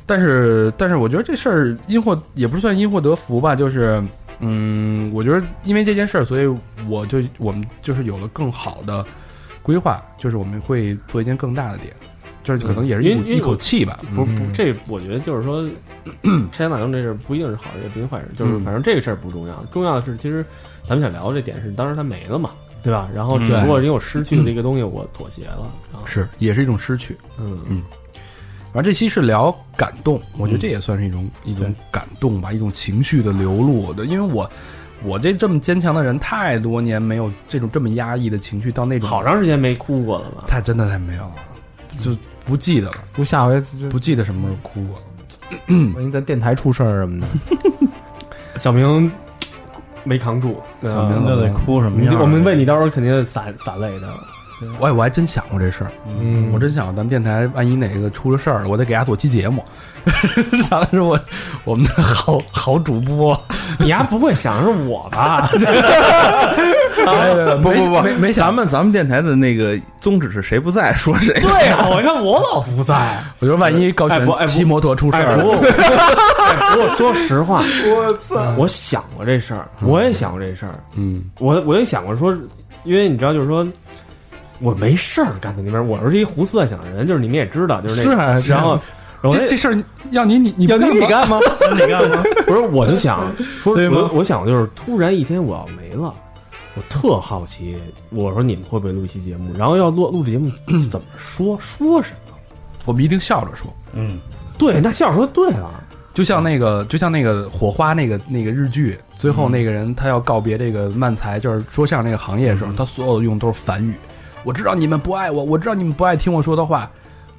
但是，但是我觉得这事儿因祸也不算因祸得福吧，就是，嗯，我觉得因为这件事儿，所以我就我们就是有了更好的规划，就是我们会做一件更大的点，就是可能也是一嗯因股为因为一口气吧，不不嗯，这我觉得就是说，拆迁打用这事儿不一定是好事，也不一定坏事，就是嗯反正这个事儿不重要，重要的是其实咱们想聊的这点是，当时它没了嘛，对吧？然后嗯只不过因为我失去了这个东西，我妥协了啊，是也是一种失去。嗯而这期是聊感动，我觉得这也算是一种、一种感动吧，一种情绪的流露的。因为我我这这么坚强的人，太多年没有这种这么压抑的情绪到那种，好长时间没哭过了吧？太真的太没有了，就不记得了， 不下回就不记得什么时候哭过了。万一咱电台出事儿什么的，小明没扛住，小明啊怎那么得了哭什么你样就儿？我们为你到时候肯定洒洒泪的，我我还真想过这事儿，嗯我真想咱们电台万一哪个出了事儿，我得给他做期节目。 想的是我我们的好好主播，你丫不会想是我吧？ 不不不不，没没咱想，们咱们电台的那个宗旨是谁不在说谁。对呀、我看我老不在。我觉得万一高哎不璇哎不骑摩托出事儿哎，不了，过我，哎不过说实话，我操，我想过这事儿，我也想过这事儿，嗯我我也想过说，因为你知道，就是说。我没事儿干在那边，我是一胡思乱想的人，就是你们也知道，就是那，啊然后，然后哎这这事儿要你你你要不干你你吗干 吗？那你干嘛？不是，我就想说，对吗我我想就是突然一天我要没了，我特好奇，我说你们会不会录一期节目？然后要录录这节目怎么说说什么？我们一定笑着说，嗯，对，那笑说对了，就像那个就像那个火花那个那个日剧，最后那个人他要告别这个漫才，就是说相声这个行业的时候，他所有的用都是反语。我知道你们不爱我，我知道你们不爱听我说的话，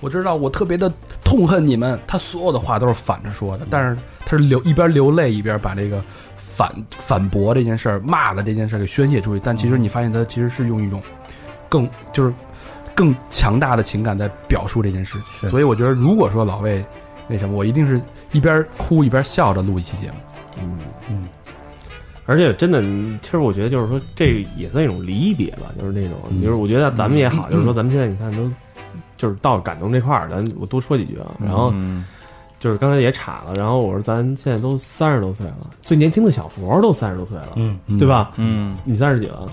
我知道我特别的痛恨你们。他所有的话都是反着说的，但是他是流一边流泪一边把这个反反驳这件事儿、骂的这件事儿给宣泄出去。但其实你发现他其实是用一种更就是更强大的情感在表述这件事情。是所以我觉得，如果说老魏那什么，我一定是一边哭一边笑着录一期节目。嗯嗯，而且真的，你其实我觉得就是说，这也算一种离别吧，就是那种，嗯就是我觉得咱们也好，就是说咱们现在你看都就是到感动这块儿，咱我多说几句啊。然后嗯，就是刚才也岔了，然后我说咱现在都三十多岁了，最年轻的小佛都三十多岁了，嗯嗯对吧？嗯，你三十几了？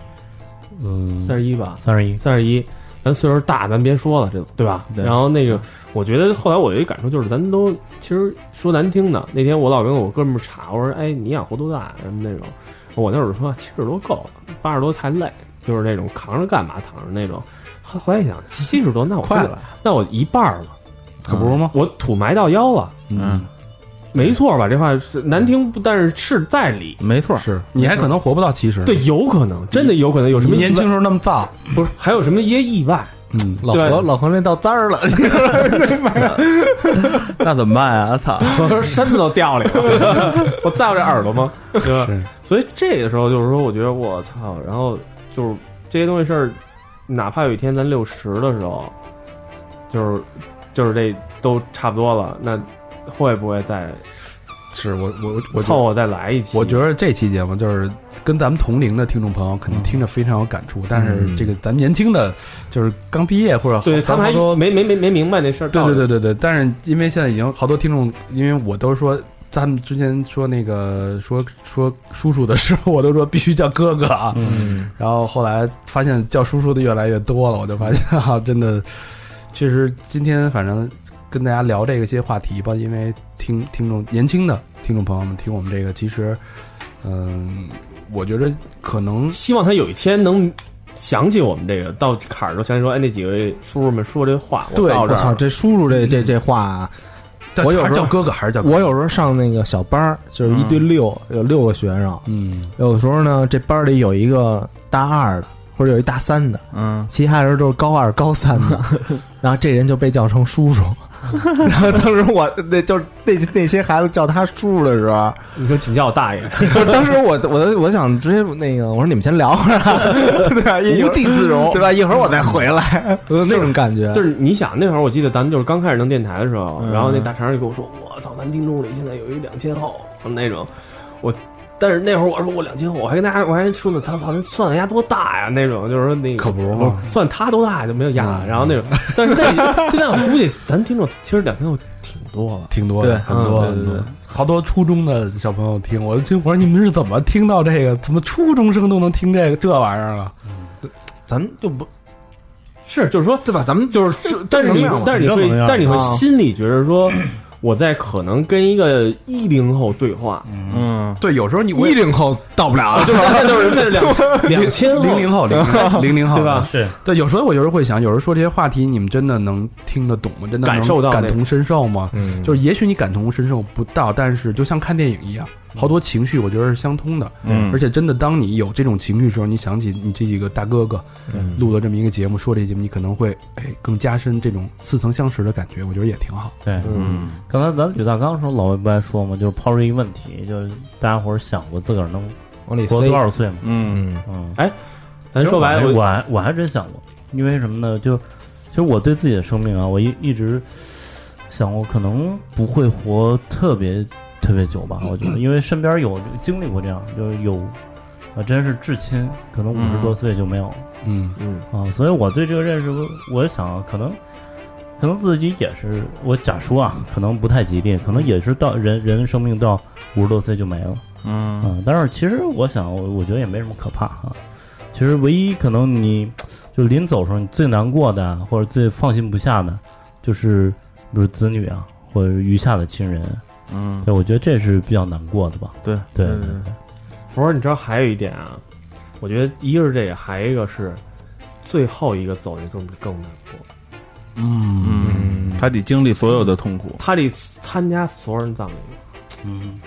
嗯三，十一吧，三十一，三十一。咱岁数大，咱别说了，这对吧？对然后那个，我觉得后来我有一感受，就是咱都其实说难听的，那天我老跟我哥们儿查，我说：“哎，你想活多大啊？”什么那种。我那会儿说七十多够了，八十多太累，就是那种扛着干嘛躺着那种。后后来一想，七十多那我快了，那我一半儿了，可不是吗？我土埋到腰了，嗯，没错吧？这话是难听，不但是是在理。嗯没错，是，你还可能活不到七十。对，，有可能，真的有可能有什么你年意外轻时候那么燥，不是还有什么一些意外？嗯，老对何老何那到簪儿 了，那怎么办呀？操，我说身子都掉里 了，我在乎这耳朵吗？对吧是？所以这个时候就是说，我觉得我操，然后就是这些东西事儿，哪怕有一天咱六十的时候，就是就是这都差不多了，那会不会再是我我我我觉凑合再来一期？我觉得这期节目就是跟咱们同龄的听众朋友肯定听着非常有感触，但是这个咱们年轻的，就是刚毕业或者对他们还好多没没没没明白那事儿。对对，对对对，但是因为现在已经好多听众，因为我都说他们之前说那个说说叔叔的时候，我都说必须叫哥哥啊，嗯，然后后来发 现叫叔叔的越来越多了，我就发现哈、啊，真的，确实今天反正跟大家聊这个些话题吧，因为听听众年轻的听众朋友们听我们这个，其实，嗯，我觉得可能希望他有一天能想起我们这个，到坎儿都想起说，哎，那几位叔叔们说这话，我对，到我这操，儿，这叔叔这这这话啊，我有还时是叫候哥哥还是叫哥哥我有时候上那个小班儿，就是一堆六，有六个学生，嗯有的时候呢，这班里有一个大二的，或者有一大三的，嗯，其他人都是高二、高三的，然后这人就被叫成叔叔。然后当时我那就是那那些孩子叫他叔叔的时候，你说请叫我大爷，不是当时我我我想直接那个我说你们先聊会儿啊，对吧？一无地自容，对吧？一会儿我再回来，我有那种感觉。就是你想那会儿，我记得咱们就是刚开始弄电台的时候，嗯然后那大肠就跟我说：“我操，咱听众里现在有一两千后那种。”我，但是那会儿我说我两千后，我还跟大家我还说呢，他操，那算人家多大呀？那种就是说那个可不是嘛我说算他多大就没有压，嗯然后那种，但是那现在我估计咱听众其实两千后挺多了。挺多的，对很多、嗯对很对多对，好多初中的小朋友听，我就我说你们是怎么听到这个？怎么初中生都能听这个这玩意儿啊了？咱们就不是，就是说，对吧？咱们就是但是正能你量嘛，但是你正会能，量但是你会啊心里觉得说，我在可能跟一个一零后对话，嗯，对，有时候你一零后到不了，就是那就是那是两两千后零零后 零零零零后对吧？？是对，有时候我有时候会想，有时候说这些话题，你们真的能听得懂吗？真的能感受到那感个同身受吗？ 嗯就是也许你感同身受不到，但是就像看电影一样，好多情绪我觉得是相通的。嗯而且真的，当你有这种情绪的时候，你想起你这几个大哥哥嗯录了这么一个节目，说这节目，你可能会哎更加深这种似曾相识的感觉，我觉得也挺好。对。嗯，刚才咱们吕大刚说，老魏不还说嘛，就是抛出一个问题，就是大家伙儿想过自个儿能往里活塞多，少岁嘛？嗯嗯嗯，咱说白了，我我还我还真想过，因为什么呢？就其实我对自己的生命啊，我一一直想过，可能不会活特别特别久吧。我觉嗯得，因为身边有经历过这样，就是有啊，真是至亲，可能五十嗯多岁就没有了。嗯嗯，啊，所以我对这个认识，我我想可能，可能自己也是，我假说啊，可能不太吉利，可能也是到人人生命到五十多岁就没了嗯啊。但是其实我想，我我觉得也没什么可怕啊。其实唯一可能你就临走的时候，你最难过的啊或者最放心不下的，就是比如子女啊，或者余下的亲人。嗯，对，我觉得这是比较难过的吧。对对对对对福儿，你知道还有一点啊，我觉得一个是这个，还有一个是最后一个走，你更更难过。嗯嗯，他得经历所有的痛苦，他得参加所有人葬礼，嗯，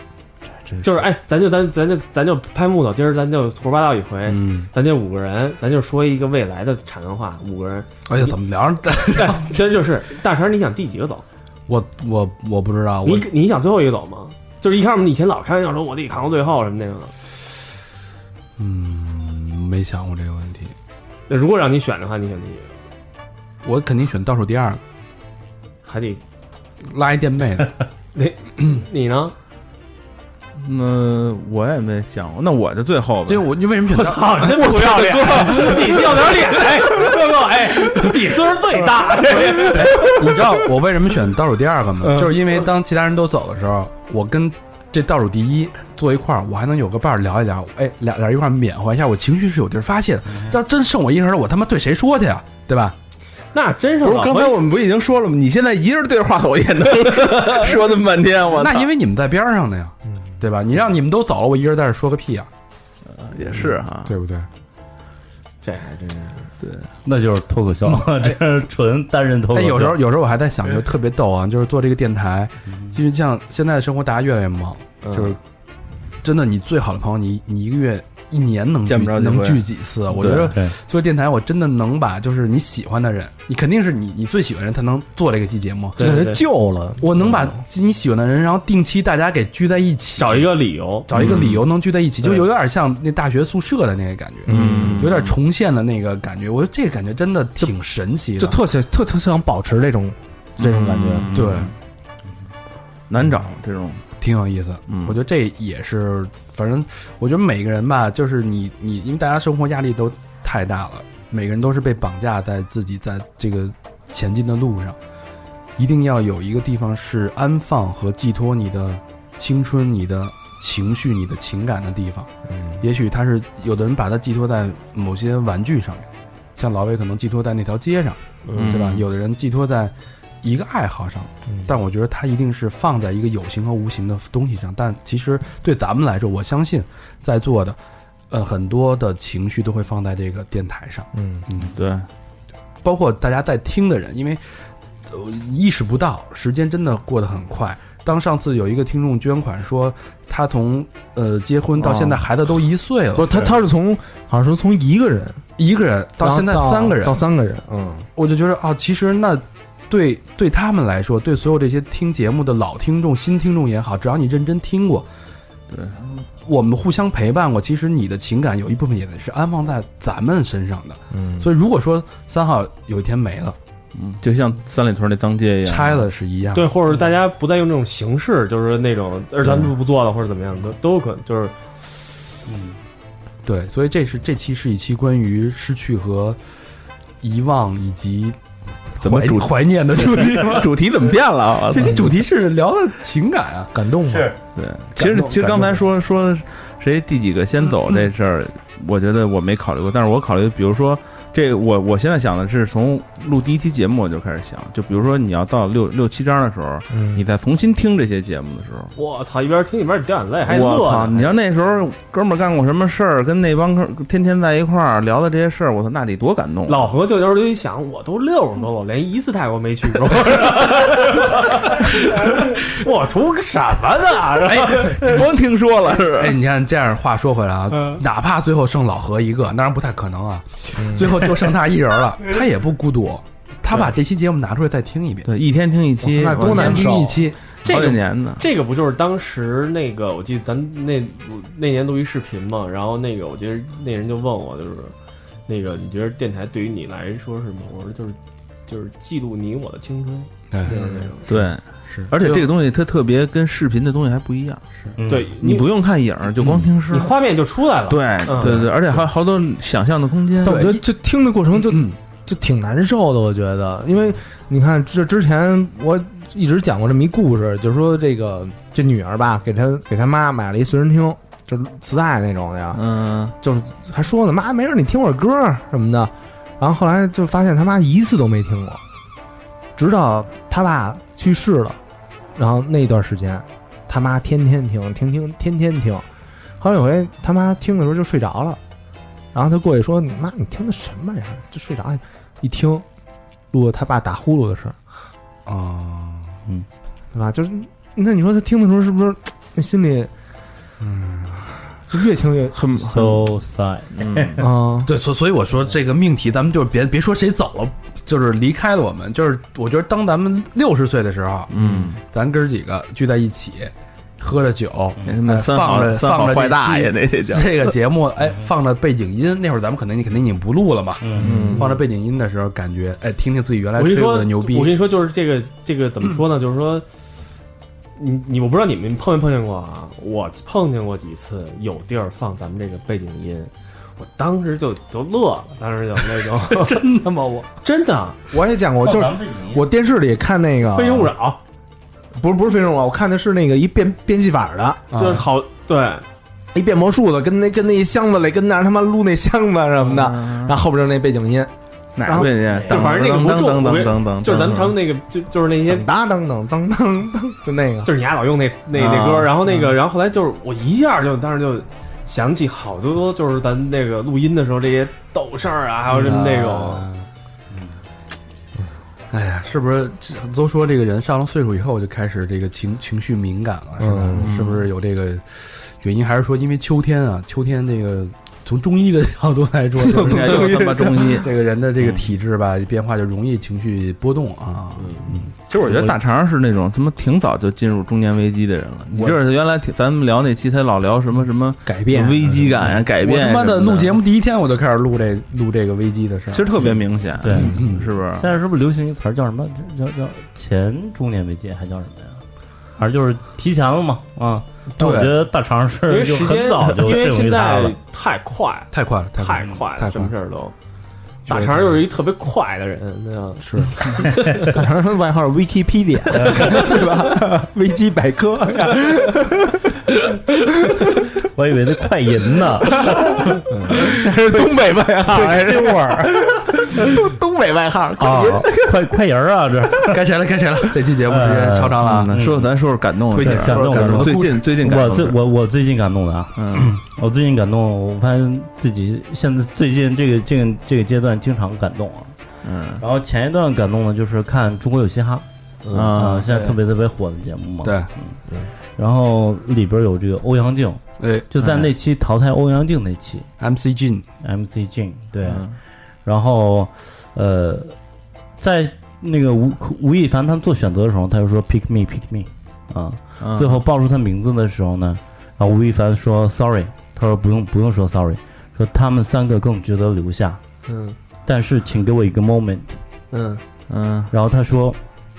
就是哎，咱就咱咱就咱就拍木头，今儿咱就胡说八道一回。嗯，咱就五个人，咱就说一个未来的产能化。五个人，哎呀，怎么聊着？ 哎，其实就是大成，你想第几个走？我我我不知道，你我你想最后一个走吗？就是一开始我们以前老开玩笑说，我得扛到最后什么那种的。嗯没想过这个问题，那如果让你选的话，你选第几个？我肯定选倒数第二，还得拉一垫背的。你呢？ 那我也没想过，那我就最后吧因为。我你为什么选我倒？操，真不要脸！你不要脸！ 哎，哥哥，哎，你岁数最大，你知道我为什么选倒数第二个吗？嗯就是因为当其他人都走的时候，我跟这倒数第一坐一块儿，我还能有个伴儿聊一聊。哎，俩俩人一块儿缅怀一下，我情绪是有地儿发泄的。嗯要真剩我一人儿，我他妈对谁说去呀？对吧？那真是不是，老刚才何我们不已经说了吗？你现在一人对着话筒也 能说那么半天，我嗯那因为为你们在边儿上呢呀，对吧？你让你们都走了，我一人在这儿说个屁呀，也是哈，对不对？这还真是那就是脱口秀， 这是纯单人脱口嗯秀。但哎有时候，有时候我还在想，嗯就特别逗啊，就是做这个电台，其实像现在的生活，大家越来越忙，嗯就是真的，你最好的朋友，你你一个月、一年能聚见不着几能回聚几次？啊我觉得对对。做电台，我真的能把就是你喜欢的人，你肯定是你你最喜欢的人，他能做这个期节目。就对对给对他救了。我能把你喜欢的人，然后定期大家给聚在一起，找一个理由。找一个理由能聚在一起，就对有点像那大学宿舍的那个感觉，嗯有点重现的那个感觉。我觉得这个感觉真的挺神奇就的，特想特特想保持这种这种感觉。嗯对，难找这种，挺有意思。嗯，我觉得这也是，反正我觉得每个人吧，就是你你，因为大家生活压力都太大了，每个人都是被绑架在自己在这个前进的路上，一定要有一个地方是安放和寄托你的青春、你的情绪、你的情感的地方。也许他是有的人把它寄托在某些玩具上面，像老魏可能寄托在那条街上，嗯对吧？有的人寄托在一个爱好上，嗯但我觉得它一定是放在一个有形和无形的东西上。但其实对咱们来说，我相信在座的，呃，很多的情绪都会放在这个电台上，嗯嗯，对，包括大家在听的人，因为、呃、意识不到时间真的过得很快。当上次有一个听众捐款说，他从呃结婚到现在孩子都一岁了，哦不，他他是从好像说从一个人一个人到现在然后三个人到，三个人，嗯，我就觉得啊，其实那对对他们来说，对所有这些听节目的老听众、新听众也好，只要你认真听过，对，我们互相陪伴过，其实你的情感有一部分也是安放在咱们身上的。嗯所以如果说三号有一天没了，嗯，就像三里屯那当街一样，拆了是一样的。对，或者是大家不再用这种形式，就是那种，而咱们不做了，或者怎么样，都都有可能，就是对，所以这是这期是一期关于失去和遗忘以及怎么怀主？怀念的 主题吗主题怎么变了？我操这期主题是聊的情感啊，感动嘛，对，其实动其实感刚才动说说谁第几个先走这事儿，我觉得我没考虑过，但是我考虑，比如说这个我我现在想的是从录第一期节目我就开始想，就比如说你要到六六七章的时候，嗯你再重新听这些节目的时候。我操，一边听一边掉眼泪，还我操！乐呢。你要那时候哥们儿干过什么事儿，跟那帮哥天天在一块儿聊的这些事儿，我操，那得多感动！啊老何就有时候就一想，我都六十多了，我连一次泰国没去过， 我图个什么呢？哎，光听说了是吧哎，你看这样话说回来啊，嗯哪怕最后剩老何一个，当然不太可能啊，最后就剩他一人 了，他也不孤独，他把这期节目拿出来再听一遍， 对，一天听一我期，操那多我难先听受啊一期，这好几个年呢。这个不就是当时那个，我记得咱那那年录一视频嘛，然后那个我记得那人就问我，就是那个你觉得电台对于你来说是什么？我说就是就是记录你我的青春，哎就是那种。对，是，而且这个东西它特别跟视频的东西还不一样，嗯对你不用看影儿，就光嗯听声你儿。画面就出来了，对嗯对对，而且还有好多想象的空间。但我觉得就听的过程嗯就就挺难受的，我觉得，因为你看这之前我一直讲过这么一故事，就是说这个这女儿吧，给她给她妈买了一随身听，就是磁带那种的呀，嗯，就是还说呢，妈没事儿你听会儿歌儿什么的，然后后来就发现他妈一次都没听过，直到他爸去世了，然后那段时间他妈天天听，听听天天听，后来有回他妈听的时候就睡着了，然后他过去说：“你妈，你听的什么玩意儿？就睡着了。”一听，录了他爸打呼噜的声儿，哦，对吧？就是那你说他听的时候是不是那心里嗯，就越听越很很 so sad，嗯啊？对，所所以我说这个命题，咱们就是别别说谁走了，就是离开了我们，就是我觉得当咱们六十岁的时候，嗯，咱哥儿几个聚在一起，喝着酒，嗯那哎他妈三放好着三好放着坏这大期爷那得叫。这个节目哎放着背景音，那会儿咱们可能你肯定已经不录了嘛，嗯，放着背景音的时候，感觉哎，听听自己原来我跟吹你说过的牛逼嗯我跟，你说，就是这个这个怎么说呢？就是说，你你我不知道你们碰没碰见过啊？我碰见过几次有地儿放咱们这个背景音，我当时就就乐了，当时就那 种 真的吗？我真的我也讲过，就是我电视里看那个啊《非诚勿扰不是不是非啊诚勿扰，我看的是那个一变变戏法的，》啊就是好对，一变魔术的，跟那跟那一箱子里跟那儿他妈录那箱子什么的，啊然后后边就是那背景音，然哪后个去？就反正那个不重我跟就是咱们常用那那个就就是那些噔当当当当当当，就那个就是你丫老用那那啊那歌，然后那个，然后后来就是我一下就当时就想起好多多，就是咱那个录音的时候这些逗事儿啊，还有什么那种，啊哎呀，是不是这都说这个人上了岁数以后就开始这个情情绪敏感了，是吧？嗯是不是有这个原因？还是说因为秋天嗯啊？秋天这个从中医的角度来 说，就是现在又他妈中医。嗯这个人的这个体质吧变化就容易情绪波动啊。其实我觉得大肠是那种他妈挺早就进入中年危机的人了。你我这原来挺咱们聊那期，他老聊什么什么改危机感嗯呀、改我变。啊他妈的的录节目，目第一天我就开始录这录这个危机的事儿，其实特别明显，对。嗯是不是？现在是不是流行一词儿叫什么？叫叫叫前中年危机，还叫什么呀？反正就是提前了嘛，啊。但我对觉得大肠因是为就时很间早，就因为适用现于他在了。太快，太快了，太快了，快太快了，什了么事儿都。大肠就是一特别快的人，那样是。大肠外号 VTP 点，对吧？危机 百科，我以为那快 银呢，但是东北外号，这会儿 东东伪外号，啊，快快人儿啊，这该谁了？该谁了？这期节目时间超长了啊！嗯说咱说说感动的推事荐儿，感动说说感动最近最近感我动最的事儿，我我最近感动的啊， 嗯，我最近感动，我发现自己现在最近这个这个这个阶段经常感动啊。嗯然后前一段感动呢，就是看《中国有嘻哈》嗯啊、啊，现在特别特别火的节目嘛。对，然后里边有这个欧阳靖，哎就在那期淘汰欧阳靖那期，MC Jin， ，MC 靖对。哎嗯然后，呃，在那个吴吴亦凡他们做选择的时候，他就说 “pick me, pick me”，啊、嗯最后报出他名字的时候呢，然后吴亦凡说 “sorry”，他说不用不用说 “sorry”，说他们三个更值得留下，嗯但是请给我一个 moment。嗯，嗯然后他说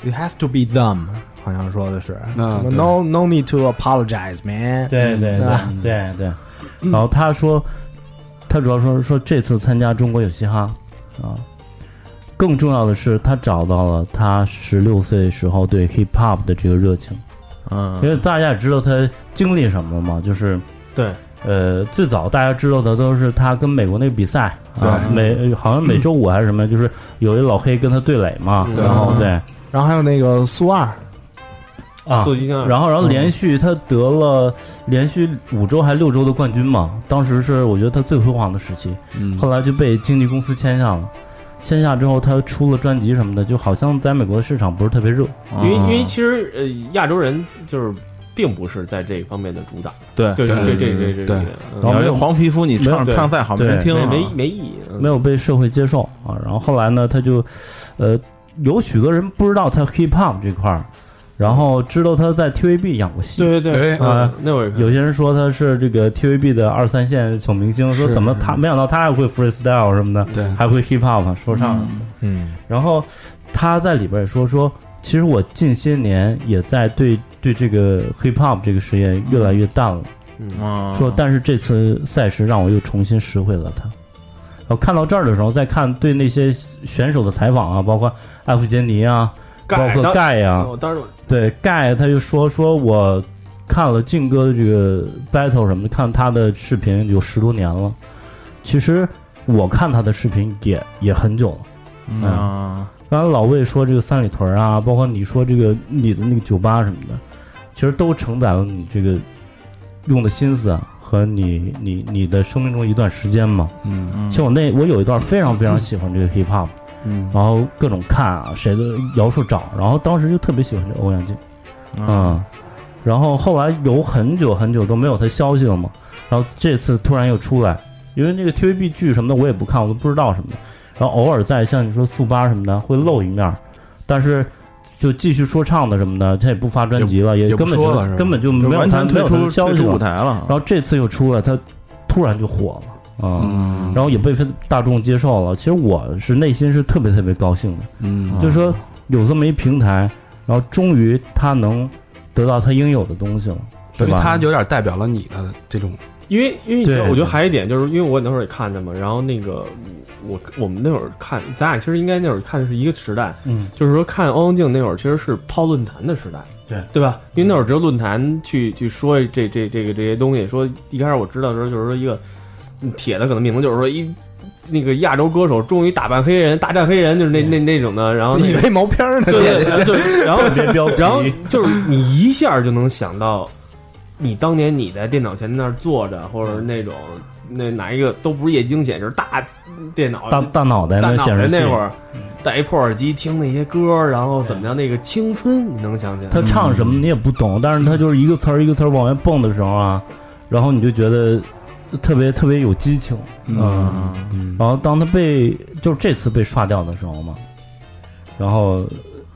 It has to be them，好像说的是、啊对 No no need to apologize, man。对对是吧对对对，然后他说，他主要说说这次参加中国有嘻哈啊，更重要的是他找到了他十六岁时候对 hip hop 的这个热情，因嗯为大家也知道他经历什么嘛，就是对，呃，最早大家知道的都是他跟美国那个比赛，啊，对每好像每周五还是什么，就是有一老黑跟他对垒嘛，嗯然后对然后还有那个苏二，啊，速激将，然后，然后连续他得了连续五周还六周的冠军嘛，当时是我觉得他最辉煌的时期。嗯，后来就被经纪公司签下了，签下之后他出了专辑什么的，就好像在美国的市场不是特别热。因为因为其实呃亚洲人就是并不是在这一方面的主打，对对对这这这这对这，然嗯你后要没这有黄皮肤，你没有唱对唱再好没人对听啊，没没没意义，嗯没有被社会接受啊。然后后来呢，他就，呃，有许多人不知道他 hip hop 这块儿，然后知道他在 TVB 演过戏。对对对哎啊，那我也看嗯有些人说他是这个 TVB 的二三线小明星，说是怎么他没想到他还会 freestyle 什么的，对，还会 hip hop 说唱。嗯，然后他在里边也说说，其实我近些年也在对对这个 hip hop 这个事业越来越淡了。嗯嗯，说，但是这次赛事让我又重新拾回了他。然后看到这儿的时候，再看对那些选手的采访啊，包括艾弗杰尼啊，盖包括当盖啊呀、我当时我对盖他就说说我看了靖哥的这个 battle 什么的，看他的视频有十多年了。其实我看他的视频也也很久了。嗯啊刚才老魏说这个三里屯啊，包括你说这个你的那个酒吧什么的，其实都承载了你这个用的心思啊，和你你你的生命中一段时间嘛。嗯嗯其实我那我有一段非常非常喜欢这个 hip hop，嗯，然后各种看啊，谁的摇树找，然后当时就特别喜欢这欧阳靖，嗯嗯，然后后来有很久很久都没有他消息了嘛，然后这次突然又出来，因为那个 TVB 剧什么的我也不看，我都不知道什么的，然后偶尔在像你说速八什么的会露一面儿，但是就继续说唱的什么的，他也不发专辑了，也也不根本说就了是吧根本就就没有完他全没退有他出的消退息出舞了，台了然，后这次又出来，他突然就火了，啊、嗯，然后也被大众接受了。其实我是内心是特别特别高兴的，嗯，就是说有这么一平台，然后终于他能得到他应有的东西了，因对为吧？他有点代表了你的这种，因为因为你知道对我觉得还有一点就是因为我那会儿也看的嘛，然后那个我我们那会儿看，咱俩其实应该那会儿看的是一个时代，嗯，就是说看欧阳靖那会儿其实是泡论坛的时代，对嗯对吧？因为那会儿只有论坛去去说这这这个这些东西。说一开始我知道的时候，就是说一个嗯帖子可能名字就是说一那个亚洲歌手终于打败黑人，大战黑人，就是嗯那那那种的。然后那以个为毛片儿呢？对对对对，然后特别标 题然后就是你一下就能想到，你当年你在电脑前那儿坐着，或者那种那哪一个都不是液晶显示，大电脑大大脑袋大那脑显袋示器那，会儿，戴一破耳机听那些歌，然后怎么样？那个青春，你能想起来？他唱什么你也不懂，但是他就是一个词儿一个词儿往外蹦的时候啊，然后你就觉得特别特别有激情，嗯嗯然后当他被就是这次被刷掉的时候嘛，然后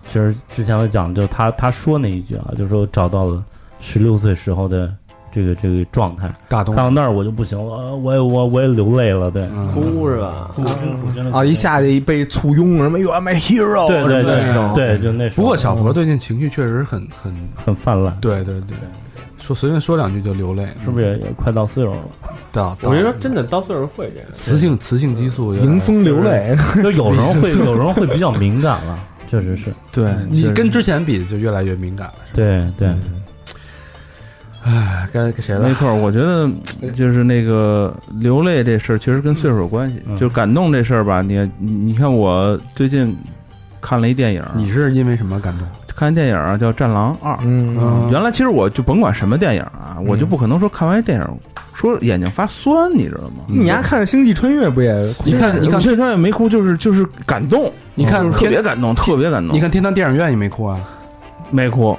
其实之前我讲，就他他说那一句啊，就是说找到了十六岁时候的这个这个状态，大看东，到那儿我就不行了，呃我也我我也流泪了，对，嗯哭是吧？我真我真的啊，一下去一被簇拥什么 You are my hero，对对什么的对那种。对，就那时候不过小佛最近情绪确实很很，很泛滥，对对对，说随便说两句就流泪，是不是也也快到岁数 了？到我跟你说，真的到岁数会这样。雌性雌性激素有点迎风流泪，就有时候 会有时候会比较敏感了，确实是，嗯对啊你跟之前比就越来越敏感了，是吧对对，哎，该给谁了 没？错，我觉得就是那个流泪这事儿，确实跟岁数有关系。嗯就感动这事儿吧，你你你看，我最近看了一电影，你是因为什么感动？看电影啊叫《战狼二》。嗯，嗯原来其实我就甭管什么电影啊，我就不可能说看完电影说眼睛发酸，你知道吗？你丫看《星际穿越》不也哭？你看你看这川也没哭，就是就是感动，你看就是特天别感动，特别感动。你看天堂电影院也没哭啊？没哭，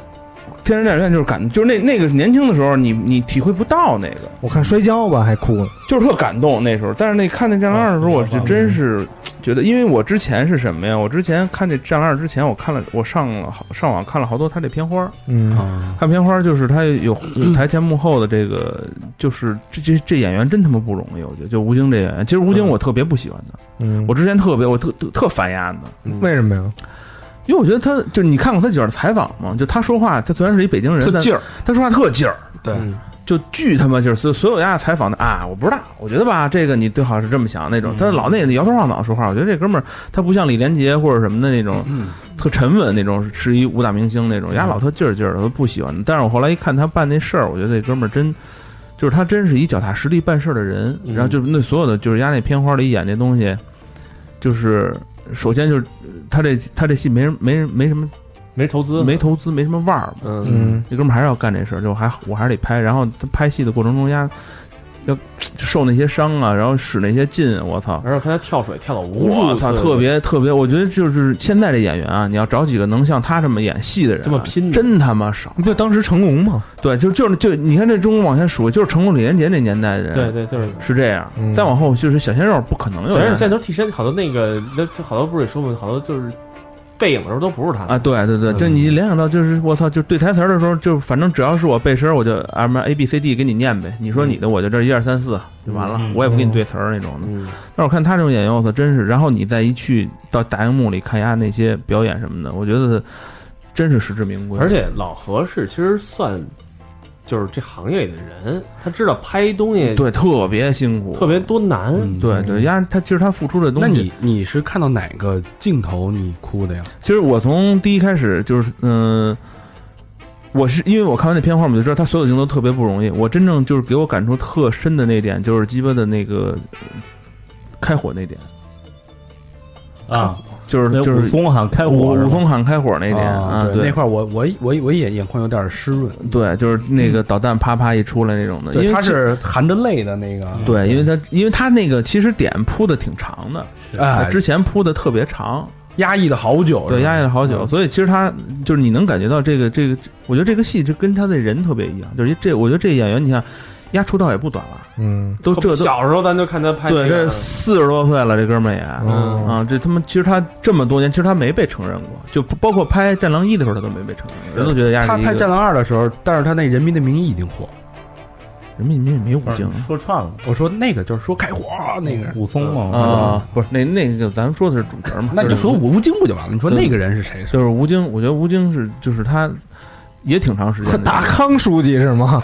天人电影院就是感，就是那那个年轻的时候，你你体会不到那个，我看摔跤吧，还哭了。就是特感动那时候。但是那看那《战狼二》的时候，我就真是嗯觉得，因为我之前是什么呀？我之前看这《战狼二》之前，我看了，我上了好上网看了好多他这片花儿，嗯啊，看片花儿就是他有有台前幕后的这个，就是这这这演员真他妈不容易，我觉得就吴京这演员，其实吴京我特别不喜欢他，嗯，我之前特别我特特特烦丫的。为什么呀？因为我觉得他就是你看过他几段采访吗？就他说话，他虽然是一北京人，特劲儿，但他说话特劲儿，对嗯就巨他妈劲儿。所所有家采访的啊，我不知道，我觉得吧，这个你最好是这么想那种。他老那摇头晃脑说话，我觉得这哥们儿他不像李连杰或者什么的那种特沉稳那种，是一武打明星那种，人家老特劲儿劲儿的，我都不喜欢。但是我后来一看他办那事儿，我觉得这哥们儿真。就是他真是一脚踏实地办事儿的人，嗯然后就是那所有的就是压那片花里演那东西，就是首先就是他这他这戏没人没人没什么没投资，没投资没什么腕儿嘛，嗯嗯，这哥们儿还是要干这事儿，就还我还是得拍。然后他拍戏的过程中呀，要就受那些伤啊，然后使那些劲，我操！而且我看他跳水跳了无数我次，操，特别特别，我觉得就是现在这演员啊，你要找几个能像他这么演戏的人啊、这么拼的真他妈少。不就嗯当时成龙吗？对，就就是就你看这中国往前数，就是成龙、李连杰那年代的人，对对，就是。是这样。嗯再往后就是小鲜肉，不可能有虽然人现在都替身，好多那个那好多不是也说嘛，好多就是背影的时候都不是他啊，，对对对，嗯就你联想到就是我操，就对台词儿的时候，就反正只要是我背诗儿，我就啊什么 A B C D 给你念呗，你说你的，我就这一二三四就完了嗯，我也不给你对词儿那种的。嗯，但是我看他这种演员，我操，真是，然后你再一去到大荧幕里看一下那些表演什么的，我觉得真是实至名归。而且老何是其实算就是这行业里的人，他知道拍东西对特别辛苦，特别多难，嗯对对，压他其实他付出的东那西，你你是看到哪个镜头你哭的呀？其实我从第一开始就是，嗯、我是因为我看完那片花，我就知道他所有的镜头特别不容易。我真正就是给我感触特深的那点，就是鸡巴的那个呃开火那点，啊，就是那就武是松好像开火武是吧武松喊开火那点啊，对那块儿我我我我也眼眶有点湿润，对，就是那个导弹啪啪一出来那种的，嗯因对，为嗯他其是含着泪的那个，对，因为他因为他那个其实点铺的挺长的，他哎，之前铺的特别长，压抑了好久，对，压抑抑，了好久，所以其实他就是你能感觉到这个这个，我觉得这个戏就跟他的人特别一样，就是这我觉得这演员，你看，压出道也不短了，嗯，都这都小时候咱就看他拍对，那这个四十多岁了，这哥们儿也嗯哦啊，这他妈其实他这么多年，其实他没被承认过，就包括拍《战狼一》的时候，他都没被承认，人都觉得压他是一拍《个战狼二》的时候，但是他那《人民的名义》已经火，人民民没有武不是警你说串了，我说那个就是说开火啊那个嗯人，武松嘛啊，不是那那个咱们说的是主角嘛，嗯那你就就是说吴京不就完了？你说对那个人是谁？ 就是吴京，我觉得吴京是就是他也挺长时间的达康书记是吗？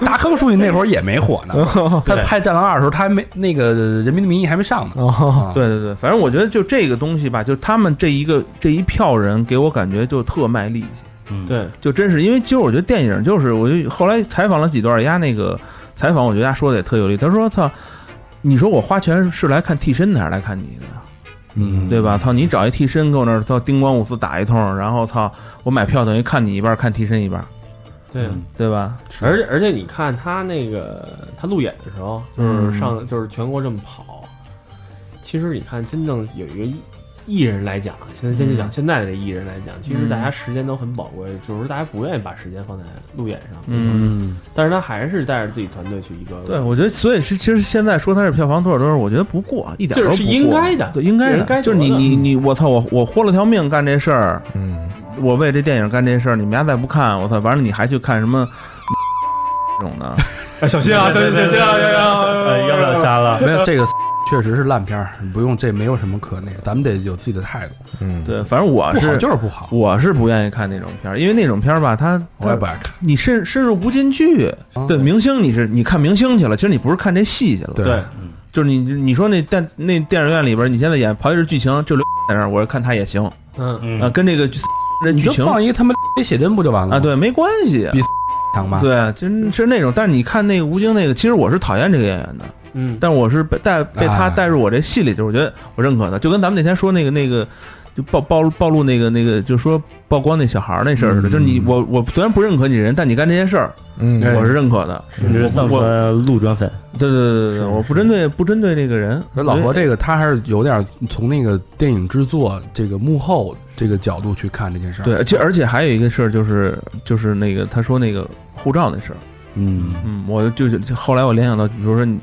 达康书记那会儿也没火 呢，哦，他拍《战狼二》的时候，他还没那个《人民的名义》还没上呢。哦啊，对对对，反正我觉得就这个东西吧，就他们这一个这一票人给我感觉就特卖力气，嗯，对，就真是因为其实我觉得电影就是，我就后来采访了几段，人家那个采访，我觉得人家说的也特有力。他说：“操，你说我花钱是来看替身的还是来看你的？嗯对吧？操，你找一替身跟我那儿操叮咣五四打一通，然后操我买票等于看你一半，看替身一半，对，对吧？而且而且你看他那个他路演的时候，嗯就是上就是全国这么跑，其实你看真正有一个艺人来讲，现在先嗯就讲现在的艺人来讲，其实大家时间都很宝贵，就是大家不愿意把时间放在路演上，嗯。”嗯，但是他还是带着自己团队去一个对，我觉得，所以是其实现在说它是票房多少多少，我觉得不过一点就都是不是过应该的对，应该应该的，就是你得的你你，我操，我我豁了条命干这事儿，嗯，我为这电影干这事儿，你们家再不看，我操，完了你还去看什么 这种的？哎小心啊，小心小心啊，呃，要不要瞎了？没有这个 确实是烂片儿，不用这没有什么可那个，咱们得有自己的态度，嗯，对，反正我不好是就是不好，我是不愿意看那种片儿，因为那种片儿吧，它我也它不爱看。啊你深深入不进去。对，明星你是你看明星去了，其实你不是看这戏去了。对对，嗯就是你你说那电那电影院里边，你现在演跑一是剧情，就刘在那儿，我说看他也行啊、嗯，嗯，跟这个这你剧就情放一个他妈 写真不就完了吗啊，，对，没关系。比当妈，对，就是是那种。但是你看那个吴京那个，其实我是讨厌这个演员的，嗯，但我是被带被啊他带入我这戏里，就是我觉得我认可的。就跟咱们那天说那个那个，就暴暴暴露那个那个，就说曝光那小孩儿那事儿似嗯的。哎就是你我我虽然不认可你人，但你干这些事儿，嗯，对我是认可的。你是造出来路转粉，对对对对对，我不针对不针对那个人。所以老何这个他还是有点从那个电影制作这个幕后这个角度去看这件事儿。对，而且而且还有一个事儿，就是就是那个他说那个护照那事儿，嗯，嗯，我就是后来我联想到，比如说你，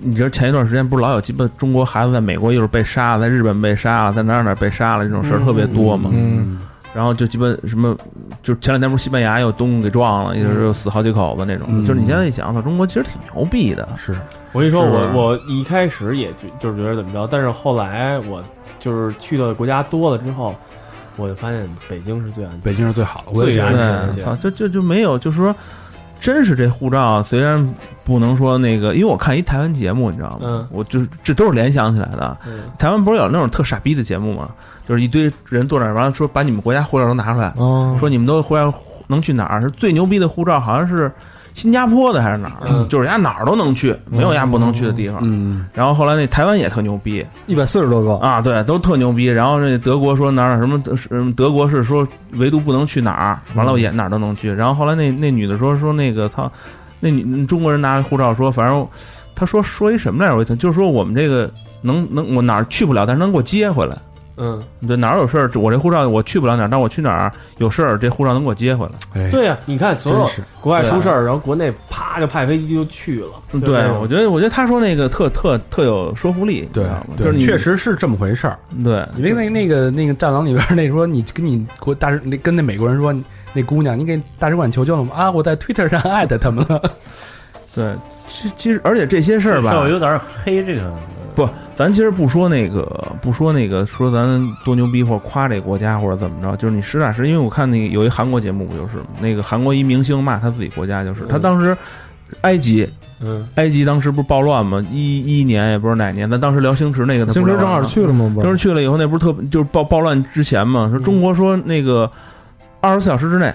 你知道前一段时间不是老有鸡巴中国孩子在美国又是被杀了，在日本被杀了，在哪儿哪儿被杀了这种事儿嗯特别多嘛，嗯，然后就鸡巴什么，就是前两天不是西班牙有东西给撞了，也是有死好几口子那种，嗯就是你现在一想，操，中国其实挺牛逼的，是，我跟你说，是我我一开始也就就是觉得怎么着，但是后来我就是去的国家多了之后，我就发现北京是最安全的。北京是最好的，我也最觉安得全的对，地操，儿，就就就没有，就是说，真是这护照虽然不能说那个，因为我看一台湾节目，你知道吗？嗯我就是这都是联想起来的，嗯台湾不是有那种特傻逼的节目吗？就是一堆人坐那儿，完了说把你们国家护照都拿出来，哦，说你们都回来能去哪儿？是最牛逼的护照，好像是新加坡的还是哪儿？嗯就是人家哪儿都能去，没有人家不能去的地方。嗯，然后后来那台湾也特牛逼一百四十多个，啊，对，都特牛逼。然后那德国说哪儿什么嗯德国是说唯独不能去哪儿，完了也哪儿都能去。然后后来那那女的说说那个操，那女中国人拿着护照说，反正她说说一什么来着？我一听就是说我们这个能能我哪儿去不了，但是能给我接回来。嗯，对，哪儿有事儿，我这护照我去不了哪儿，但我去哪儿有事儿，这护照能给我接回来。哎，对呀、你看所真有是，国外出事儿，然后国内啪就派飞机就去了。嗯，就是那对，种我觉得，我觉得他说那个特特特有说服力，对你知道吗，就对是你确，实是这么回事儿。对，你那那那个那个《战狼》里边儿那说，你跟你国大使那跟那美国人说，那姑娘，你给大使馆求救了吗？啊，我在 Twitter 上艾特他们 了。对，其其实而且这些事儿稍吧微，有点黑这个，不，咱其实不说那个，不说那个，说咱多牛逼或者夸这个国家或者怎么着，就是你实打实，因为我看那个有一韩国节目不就是吗那个韩国一明星骂他自己国家，就是他嗯当时埃及嗯，埃及当时不是暴乱吗？一一年也不知道哪年，咱当时聊星驰那个，他不星是驰暴正乱好吗去了吗？不就是是，去了以后，那不是特就是暴暴乱之前嘛，说中国说那个二十四小时之内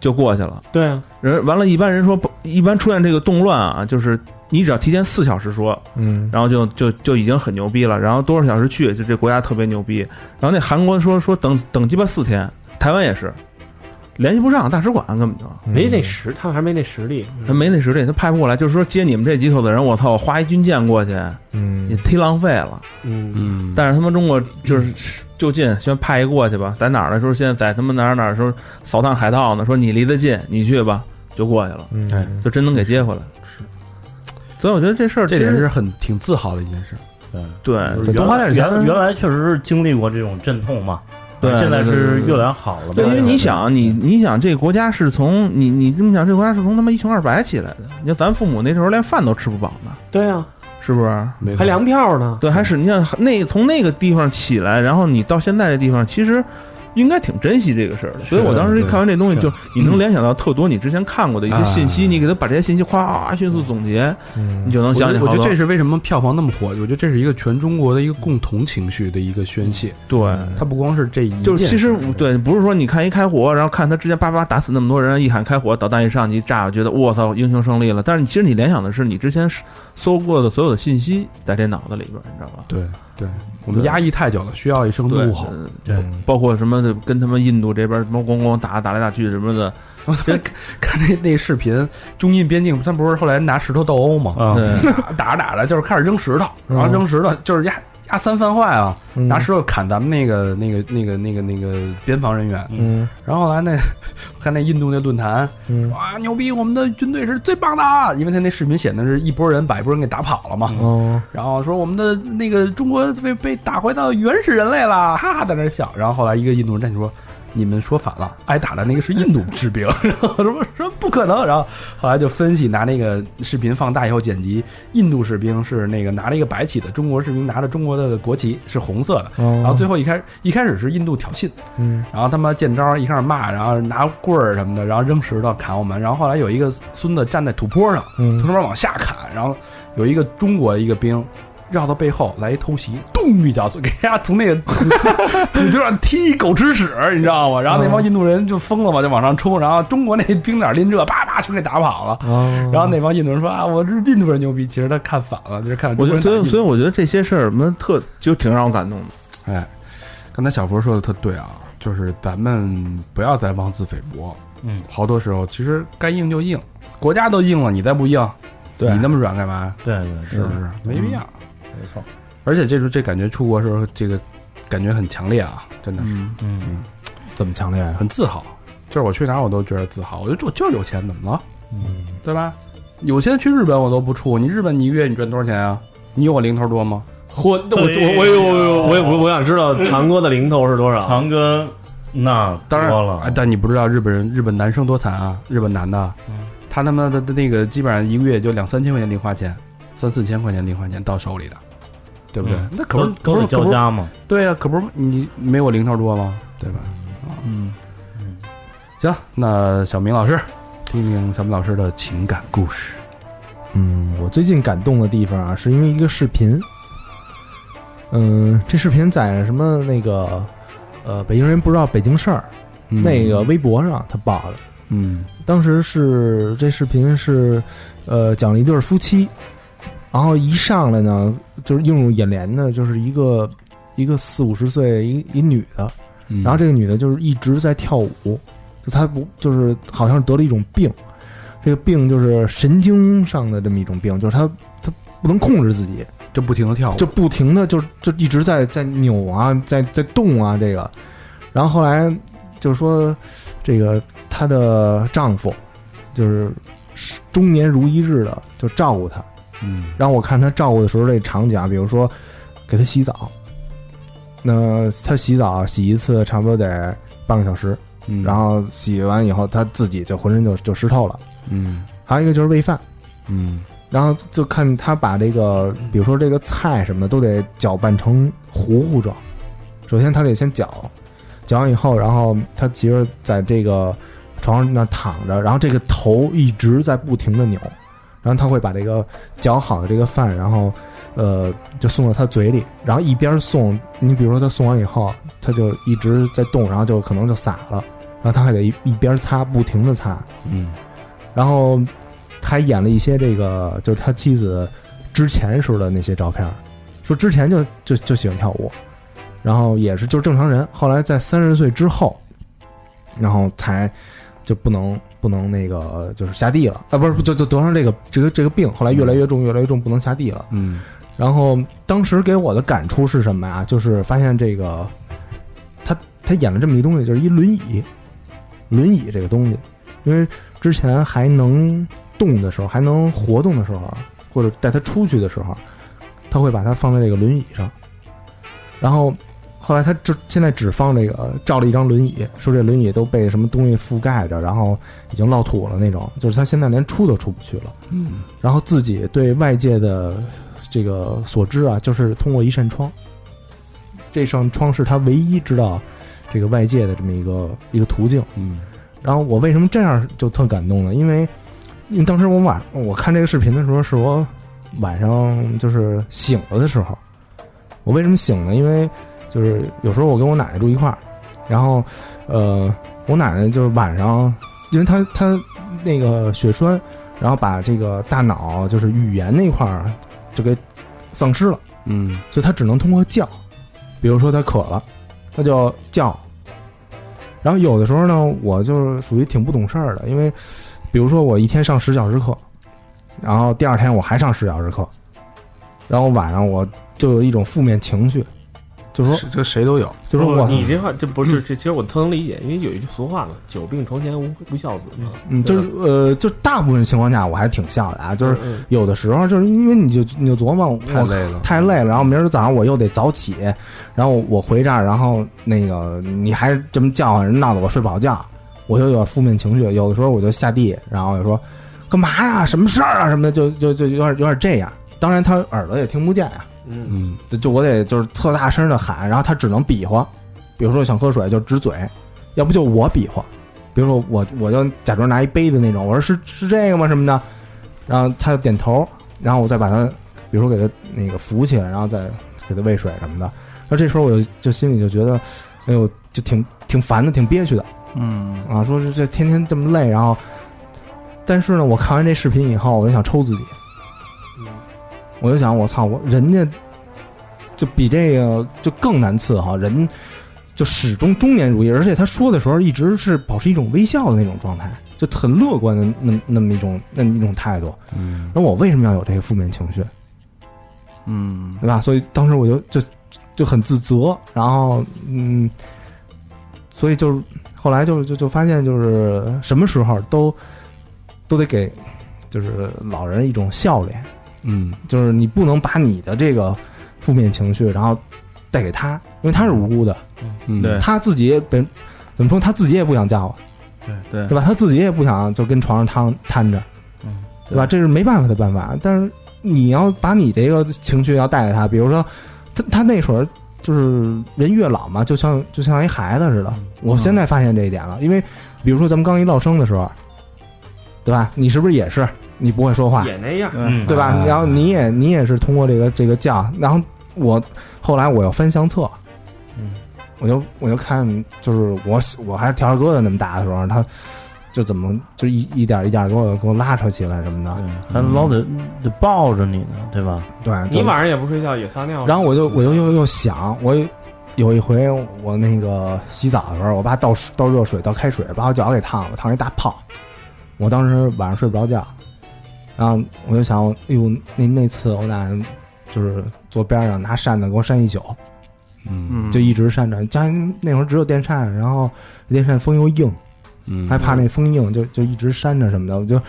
就过去了。对啊，人完了，一般人说不一般出现这个动乱啊，就是你只要提前四小时说，嗯，然后就就就已经很牛逼了。然后多少小时去，就这国家特别牛逼。然后那韩国说说等等鸡巴四天，台湾也是联系不上大使馆，根本就没那实，他们还没那实力。他没那实力，他派不过来。就是说接你们这几口子人，我操，我花一军舰过去嗯，也嗯，忒浪费了。嗯，嗯，但是他们中国就是就近，先派一过去吧，在哪儿的时候，现在在他们哪儿哪儿的时候扫荡海盗呢？说你离得近，你去吧，就过去了，嗯哎就真能给接回来。所以我觉得这事儿这其点实是很挺自豪的一件事。对对多花点钱，原原来确实是经历过这种阵痛嘛，对现在是越对来越好了嘛。对，因为你想，你你想这个国家是从你你这么想，这个国家是从他妈一穷二白起来的。你看咱父母那时候连饭都吃不饱呢，对啊，是不是？没错还粮票呢。对，还是你看那从那个地方起来，然后你到现在的地方，其实应该挺珍惜这个事儿的。所以我当时对看完这东西，是就你能联想到特多你之前看过的一些信啊息，你给他把这些信息夸迅速总结，嗯你就能我觉想起得我好觉得多这。是为什么票房那么火，我觉得这是一个全中国的一个共同情绪的一个宣泄。对，它不光是这一件事，就是其实对，不是说你看一开火，然后看他之前叭叭打死那么多人，一喊开火，导弹一上去一炸，觉得我操，英雄胜利了。但是你其实你联想的是你之前搜过的所有的信息在这脑子里边，你知道吧？对对，我们压抑太久了，需要一声对怒吼。嗯对包括什么的，跟他们印度这边什么咣咣打打来打去什么的，我他妈看 那那视频，中印边境，他不是后来拿石头斗殴吗？啊， 对，打 打着打着就是开始扔石头，然后嗯扔石头就是压压三犯坏啊，嗯拿石头砍咱们那个那个那个那个那个边防人员。嗯然后后来那 看那印度那论坛，嗯，哇牛逼，我们的军队是最棒的，因为他那视频显的是一拨人把一拨人给打跑了嘛。哦，然后说我们的那个中国被被打回到原始人类了，哈哈，在那儿笑。然后后来一个印度人站起说：“你们说反了，挨打的那个是印度士兵。” 然后什么说不可能。然后后来就分析拿那个视频放大以后剪辑，印度士兵是那个拿着一个白旗的，中国士兵拿着中国的国旗是红色的。哦然然后最后一开一开始是印度挑衅，嗯然后他妈见招儿一开始骂，然后拿棍儿什么的，然后扔石头砍我们。然后后来有一个孙子站在土坡上。从嗯上面往下砍，然后有一个中国一个兵绕到背后来一偷袭，咚一脚给人家从那个 土土地上踢狗吃屎，你知道吗？然后那帮印度人就疯了嘛，就往上冲，然后中国那兵哪拎这，啪啪全给打跑了。哦然后那帮印度人说啊，我是印度人牛逼，其实他看反了，就是看我觉中国得，所人以打所以印我觉得这些事儿，们特就挺让我感动的。度哎，刚才小佛说的特对啊，就是咱们不要再妄自菲薄，嗯，好多时候其实该硬就硬，国家都硬了，你再不硬，对你那么软干嘛？对对是不是？没必要。没错，而且这时候这感觉出国的时候，这个感觉很强烈啊，真的是、嗯怎么强烈啊？很自豪。就是我去哪儿我都觉得自豪，我就我就是有钱，怎么了？嗯，对吧？有些去日本我都不怵，你日本你一月你赚多少钱啊？你有我零头多吗？嚯，我我我我我我我想知道长哥的零头是多少？长哥那当然多了，啊哎但你不知道日本人日本男生多惨啊！日本男的，嗯他他妈的那个基本上一个月也就两三千块钱零花钱，三四千块钱零花钱到手里的，对不对？嗯那可不都是可都不得是交可不是家嘛，对呀、可不是你没我零头多吗？对吧？嗯，嗯，行，那小明老师，听听小明老师的情感故事。嗯，我最近感动的地方啊，是因为一个视频。嗯，这视频在什么那个呃，北京人不知道北京事儿、嗯那个，微博上他爆的。嗯当时是这视频是，呃，讲了一对儿夫妻，然后一上来呢，就是映入眼帘的，就是一个一个四五十岁一一女的，嗯，然后这个女的就是一直在跳舞，就她不就是好像得了一种病，这个病就是神经上的这么一种病，就是她她不能控制自己，就不停的跳舞，就不停的就就一直在在扭啊，在在动啊这个，然后后来就是说这个她的丈夫就是中年如一日的就照顾她，嗯然后我看她照顾的时候这场景啊，比如说给她洗澡，那她洗澡洗一次差不多得半个小时，嗯，然后洗完以后她自己就浑身就就湿透了，嗯还有一个就是喂饭。嗯然后就看他把这个，比如说这个菜什么的，都得搅拌成糊糊状。首先他得先搅，搅完以后，然后他媳妇儿在这个床上那儿躺着，然后这个头一直在不停的扭，然后他会把这个搅好的这个饭，然后呃就送到他嘴里，然后一边送，你比如说他送完以后，他就一直在动，然后就可能就洒了，然后他还得一一边擦，不停的擦，嗯然后还演了一些这个，就是他妻子之前时候的那些照片儿，说之前就就就喜欢跳舞，然后也是就是正常人，后来在三十岁之后，然后才就不能不能那个就是下地了啊，不是就就得上这个这个这个病，后来越来越重越来越重，不能下地了。嗯然后当时给我的感触是什么呀？就是发现这个，他他演了这么一东西，就是一轮椅，轮椅这个东西，因为之前还能动的时候，还能活动的时候，或者带他出去的时候，他会把它放在这个轮椅上，然后后来他只现在只放这个照了一张轮椅，说这轮椅都被什么东西覆盖着，然后已经落土了那种，就是他现在连出都出不去了。嗯然后自己对外界的这个所知啊，就是通过一扇窗，这扇窗是他唯一知道这个外界的这么一个一个途径。嗯然后我为什么这样就特感动呢？因为因为当时我晚我看这个视频的时候，是我晚上就是醒了的时候。我为什么醒呢？因为就是有时候我跟我奶奶住一块儿，然后呃，我奶奶就是晚上，因为她她那个血栓，然后把这个大脑就是语言那块儿就给丧失了。嗯所以他只能通过叫，比如说他渴了，他就叫。然后有的时候呢，我就是属于挺不懂事儿的，因为比如说我一天上十小时课，然后第二天我还上十小时课，然后晚上我就有一种负面情绪，就说是这谁都有，就说不我哦你这话这不嗯是这，其实我特能理解，因为有一句俗话嘛，“久病床前无无孝子”嘛，嗯，就是呃，就大部分情况下我还挺笑的啊，就是嗯有的时候就是因为你就你就琢磨太我累了，太累了，然后明儿早上我又得早起，然后我回这儿，然后那个你还这么叫唤，闹得我睡不好觉，我就有点负面情绪。有的时候我就下地，然后就说干嘛呀，什么事儿啊什么的，就就就有点有点这样。当然他耳朵也听不见啊呀、嗯嗯嗯就我得就是特大声的喊，然后他只能比划，比如说想喝水就指嘴，要不就我比划，比如说我我就假装拿一杯子那种，我说是是这个吗什么的，然后他就点头，然后我再把他比如说给它那个扶起来，然后再给它喂水什么的。那这时候我就就心里就觉得，哎呦，就挺挺烦的，挺憋屈的嗯，啊。说是这天天这么累，然后，但是呢，我看完这视频以后，我就想抽自己，我就想，我操，我人家就比这个就更难伺候，人就始终中年如一，而且他说的时候一直是保持一种微笑的那种状态，就很乐观的那那么一种那么一种态度。嗯那我为什么要有这个负面情绪，嗯，对吧？所以当时我就就就很自责，然后嗯，所以就是后来就就就发现就是什么时候都都得给就是老人一种笑脸。嗯就是你不能把你的这个负面情绪，然后带给他，因为他是无辜的，嗯，对他自己也本怎么说，他自己也不想叫，对对吧？他自己也不想就跟床上瘫瘫着，嗯，对吧？这是没办法的办法，但是你要把你这个情绪要带给他，比如说他他那会儿就是人越老嘛，就像就像一孩子似嗯的。我现在发现这一点了，因为比如说咱们刚一落生的时候，对吧？你是不是也是你不会说话？也那样，嗯，对吧哎啊？然后你也你也是通过这个这个叫，然后我后来我又翻相册，嗯，我就我就看，就是我我还是条条疙瘩那么大的时候，他就怎么就一一点一点给我给我拉扯起来什么的，对嗯嗯还老得得抱着你呢，对吧？对，就你晚上也不睡觉，也撒尿，嗯然后我就我就又又想，我有一回我那个洗澡的时候，我爸倒水倒热水倒开水，把我脚给烫了，烫一大泡。我当时晚上睡不着觉，然后我就想，哎呦，那那次我俩就是坐边上拿扇子给我扇一宿，嗯就一直扇着。家那会儿只有电扇，然后电扇风又硬，嗯，还怕那风硬，就就一直扇着什么的，我就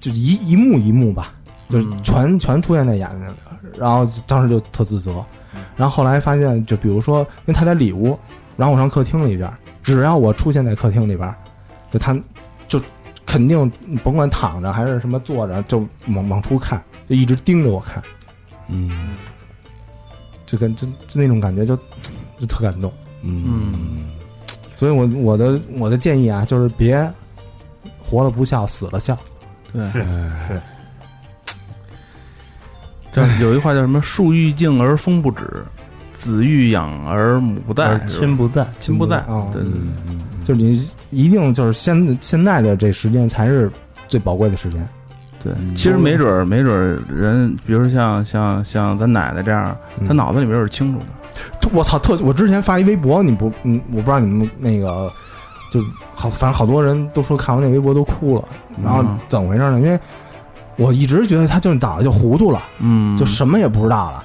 就一一幕一幕吧，就是嗯全全出现在眼睛里，然后当时就特自责，嗯然后后来发现，就比如说，因为他在里屋，然后我上客厅里边，只要我出现在客厅里边，就他就肯定甭管躺着还是什么坐着，就往往出看，就一直盯着我看，嗯就跟就就那种感觉就就特感动。嗯所以我我的我的建议啊，就是别活了不笑，死了笑。对，叫有一话叫什么“树欲静而风不止，子欲养而母不待”，是吧亲不在，亲不在啊对对对，嗯，就是你一定就是现现在的这时间才是最宝贵的时间。对嗯，其实没准儿，没准儿人，比如像像像咱奶奶这样，嗯她脑子里面是清楚的。我操，特我之前发一微博，你不，嗯，我不知道你们那个，就好，反正好多人都说看完那微博都哭了，然后嗯怎么回事呢？因为我一直觉得他就是脑袋就糊涂了，嗯，就什么也不知道了。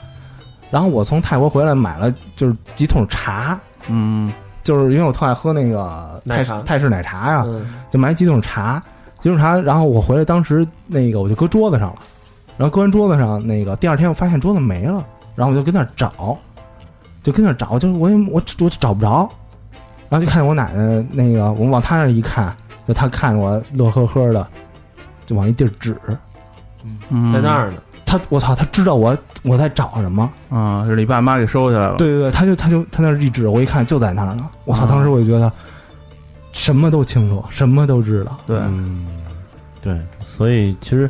然后我从泰国回来买了就是几桶茶，嗯，就是因为我特爱喝那个泰奶茶泰式奶茶呀、嗯，就买几桶茶，几桶茶，然后我回来，当时那个我就搁桌子上了，然后搁完桌子上，那个第二天我发现桌子没了，然后我就跟那儿找，就跟那儿找，就是我也我我找不着，然后就看见我奶奶那个，我往她那儿一看，就她看着我乐呵呵的，就往一地儿指，嗯在那儿呢，她我操，她知道我我在找什么，啊，是你爸妈给收起来了。对对对，她就她就她那儿一指，我一看就在那儿呢，我操，啊当时我就觉得什么都清楚，什么都知道，对，对，所以其实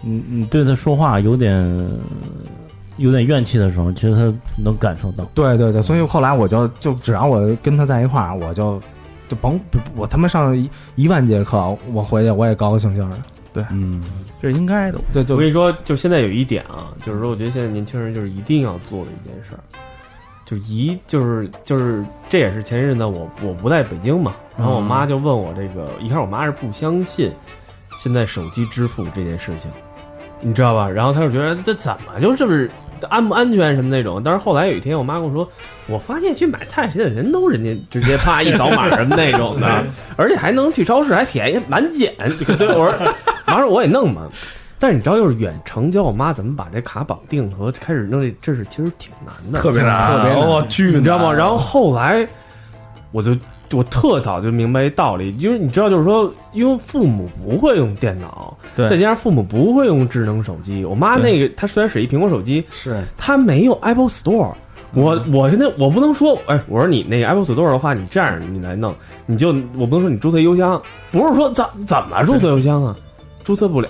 你你对他说话有点有点怨气的时候，其实他能感受到。对对对，所以后来我就就只要我跟他在一块儿，我就就甭不我他妈上一一万节课，我回去我也高高兴兴的。嗯这是应该的。对，我就跟你说，就现在有一点啊，就是说，我觉得现在年轻人就是一定要做的一件事儿，就一就是就是这也是前些日子我我不在北京嘛，然嗯后我妈就问我这个，一开始我妈是不相信现在手机支付这件事情，你知道吧？然后她就觉得这怎么就是不是安不安全什么那种，但是后来有一天我妈跟我说，我发现去买菜现在人都人家直接啪一扫码什么那种的，而且还能去超市还便宜满减，对我说，妈说我也弄吧。但是你知道，就是远程教我妈怎么把这卡绑定和开始弄这，这是其实挺难的，特别难，特别难我去，你知道吗？然后后来我就我特早就明白一道理，因为你知道，就是说，因为父母不会用电脑，对再加上父母不会用智能手机。我妈那个，她虽然使一苹果手机，是她没有 Apple Store。我我现在我不能说，哎，我说你那个 Apple Store 的话，你这样你来弄，你就我不能说你注册邮箱，不是说怎怎么注册邮箱啊，注册不了，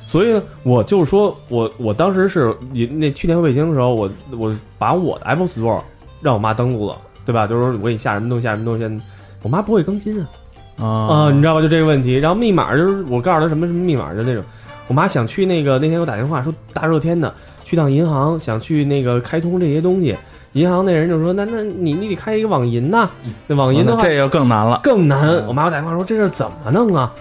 所以我就说我我当时是你那去年回北京的时候，我我把我的 Apple Store 让我妈登录了，对吧？就是说我给你下什么东西，下什么东西，我妈不会更新啊啊、啊你知道吧？就这个问题。然后密码就是我告诉她什么什么密码，就那种。我妈想去那个那天给我打电话说大热天的去趟银行，想去那个开通这些东西。银行那人就说：“那那你你得开一个网银呐、那网银的话嗯哦这就更难了。嗯更难。我妈给我打电话说这事儿怎么弄啊？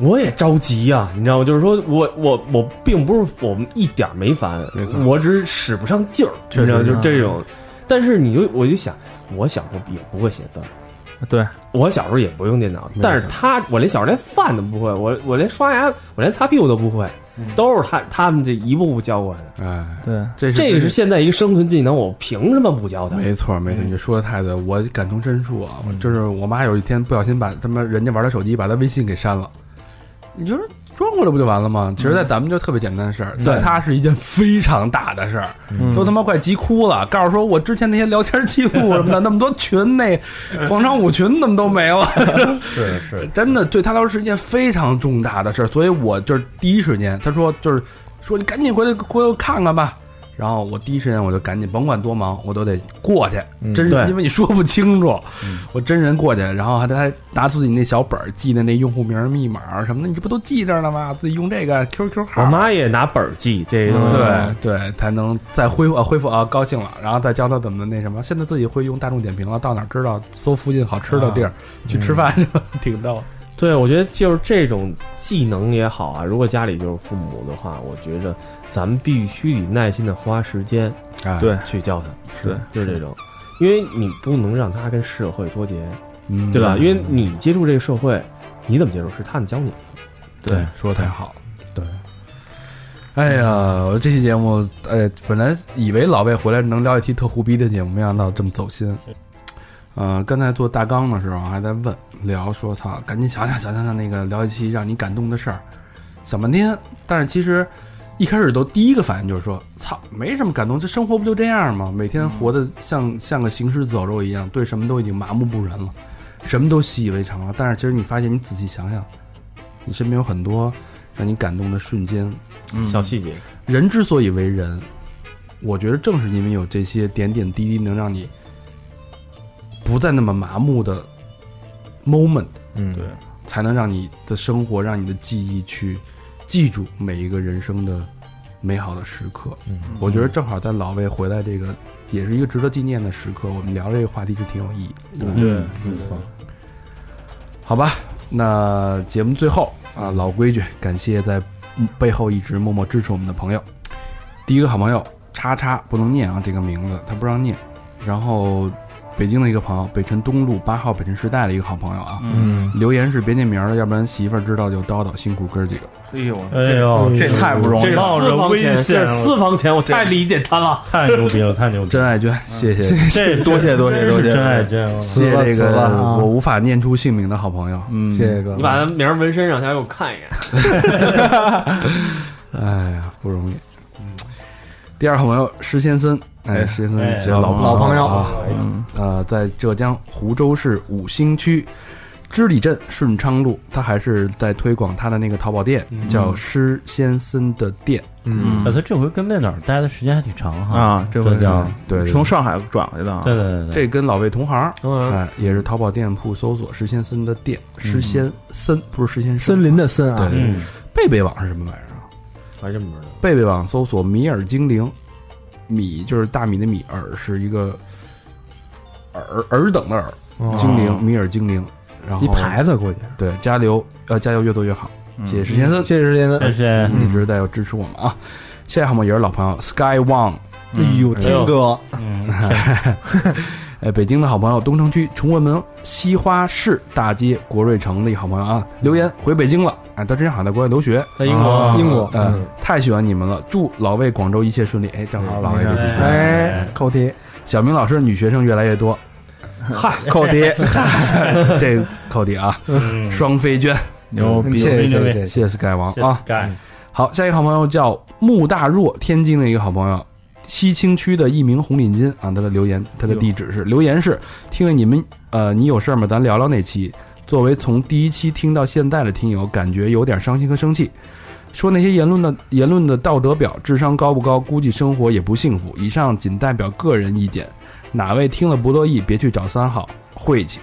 我也着急呀、你知道吗？就是说我我我并不是我们一点儿没烦没错，我只是使不上劲儿，确你知道实就是啊这种。但是你就我就想，我小时候也不会写字儿，对，我小时候也不用电脑，但是他我连小时候连饭都不会，我我连刷牙，我连擦屁股都不会，嗯都是他他们这一步步教过来的。哎，对，这是这个是现在一个生存技能，我凭什么不教他？没错，没错，你说的太对，我感同身受啊！我就是我妈有一天不小心把他妈人家玩的手机，把她微信给删了，你就是装过来不就完了吗？其实，在咱们就特别简单的事儿，在她是一件非常大的事儿，都他妈快急哭了。告诉说我之前那些聊天记录什么的，那么多群那 广场舞群怎么都没了，是 是，真的对他来说是一件非常重大的事儿，所以我就是第一时间，他说就是说你赶紧回来回头看看吧。然后我第一时间我就赶紧，甭管多忙，我都得过去。嗯真对人因为你说不清楚，我真人过去，然后还得还拿出自己那小本儿记的那用户名、密码什么的，你这不都记着呢吗？自己用这个 QQ 我号，妈也拿本儿记这个，嗯对对，才能再恢复啊恢复啊，高兴了，然后再教他怎么那什么。现在自己会用大众点评了，到哪儿知道搜附近好吃的地儿、去吃饭去了， 挺逗。对，我觉得就是这种技能也好啊，如果家里就是父母的话，我觉得咱们必须得耐心的花时间哎对去教他，是就是这种，因为你不能让他跟社会脱节，嗯对吧？因为你接触这个社会，你怎么接触是他们教你，对，说的太好了。对，哎呀，我这期节目，哎，本来以为老魏回来能聊一期特胡逼的节目，没想到这么走心。呃，刚才做大纲的时候还在问聊说，操，赶紧想想想想想那个聊一期让你感动的事儿，想半天。但是其实一开始都第一个反应就是说，操，没什么感动，这生活不就这样吗？每天活得像像个行尸走肉一样，对什么都已经麻木不仁了，什么都习以为常了。但是其实你发现，你仔细想想，你身边有很多让你感动的瞬间。小细节，人之所以为人，我觉得正是因为有这些点点滴滴，能让你不再那么麻木的 moment，嗯，对才能让你的生活，让你的记忆去记住每一个人生的美好的时刻。嗯我觉得正好在老魏回来这个，也是一个值得纪念的时刻。我们聊这个话题就挺有意义的。对，好吧，那节目最后嗯啊，老规矩，感谢在背后一直默默支持我们的朋友。第一个好朋友叉叉不能念啊，这个名字他不让念。然后北京的一个朋友，北辰东路八号北辰时代的一个好朋友啊，嗯，留言是别念名儿了，要不然媳妇儿知道就叨叨，辛苦哥儿几个。哎呦，哎呦，这太不哦容易这了。冒着危险这是私房钱，我太理解他了。太牛逼了，太牛逼！ 真了，爱娟，谢谢，这这多谢多谢真多是谢真爱真爱。谢谢这死了死了个啊我无法念出姓名的好朋友。嗯，谢谢哥，你把他名儿纹身上，他给我看一眼。哎呀，不容易。第二好朋友施先森，哎，哎施先哎森，这老老朋友啊，嗯，呃，在浙江湖州市五星区织里镇顺昌路，他还是在推广他的那个淘宝店，叫施先森的店。嗯，哎，他这回跟在哪儿待的时间还挺长哈。啊，这回浙江对，对从上海转过去的啊对，对对对，这跟老魏同行，嗯，哎，也是淘宝店铺搜索施先森的店，施先森不是施先生森林的森啊，对，嗯，贝贝网是什么玩意儿啊？还真不知道。贝贝网搜索“米耳精灵”，米就是大米的米，耳是一个尔尔等的尔，哦精灵米耳精灵。然后一牌子估计，对加油，呃，加油越多越好。谢谢嗯石先生，谢谢时间但森，是一直在支持我们啊。下一好嘛也是老朋友 Sky Wang，哎呦，天哥，嗯，哎，北京的好朋友，东城区崇文门西花市大街国瑞城的一好朋友啊，留言回北京了。哎，他之前好像在国外留学，在英国，英国，呃，太喜欢你们了，祝老魏广州一切顺利。哎，正好老魏这期哎哎，扣题，小明老师女学生越来越多，嗨，扣题， 这扣题啊，嗯双飞娟，牛嗯逼，谢谢牛逼谢谢谢谢谢 Sky 王啊。 ，Sky，好，下一个好朋友叫穆大若，天津的一个好朋友，西青区的一名红领巾啊，他的留言，他的地址是留言是，听了你们呃，你有事儿吗？咱聊聊那期。作为从第一期听到现在的听友，感觉有点伤心和生气。说那些言论的言论的道德表，智商高不高，估计生活也不幸福。以上仅代表个人意见，哪位听了不乐意，别去找三好晦气。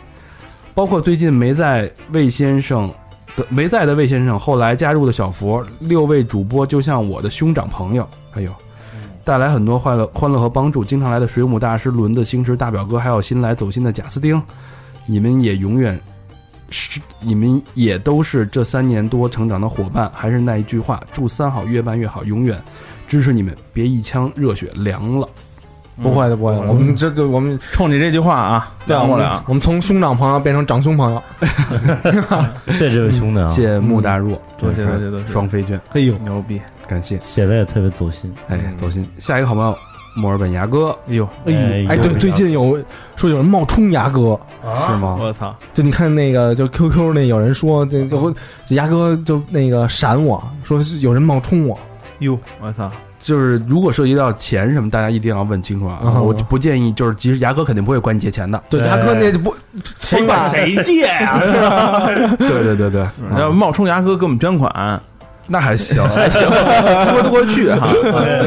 包括最近没在魏先生的没在的魏先生，后来加入的小佛，六位主播就像我的兄长朋友，哎呦，带来很多欢乐、欢乐和帮助。经常来的水母大师、轮子、星驰大表哥，还有新来走心的贾斯汀，你们也永远是，你们也都是这三年多成长的伙伴。还是那一句话，祝三好越办越好，永远支持你们，别一腔热血凉了。不会的，不会的，我们这这我们冲你这句话啊，对啊，挡我不们了。我们从兄长朋友变成长兄朋友，谢谢这位兄弟啊，谢谢穆大若，多谢多谢多谢双飞券，哎呦，牛逼！感谢，写的也特别走心。哎，走心。下一个好朋友，墨尔本牙哥哎呦，哎呦哎，对，最近有说有人冒充牙哥，啊是吗？我操！就你看那个，就 QQ 那有人说，这有牙哥就那个闪我说是有人冒充我，哟，我操！就是如果涉及到钱什么，大家一定要问清楚啊！嗯我就不建议，就是其实牙哥肯定不会管你借钱的。对，牙哥那就不谁管谁借呀？ 对对对对，啊要冒充牙哥给我们捐款，那还行，说得过去哈。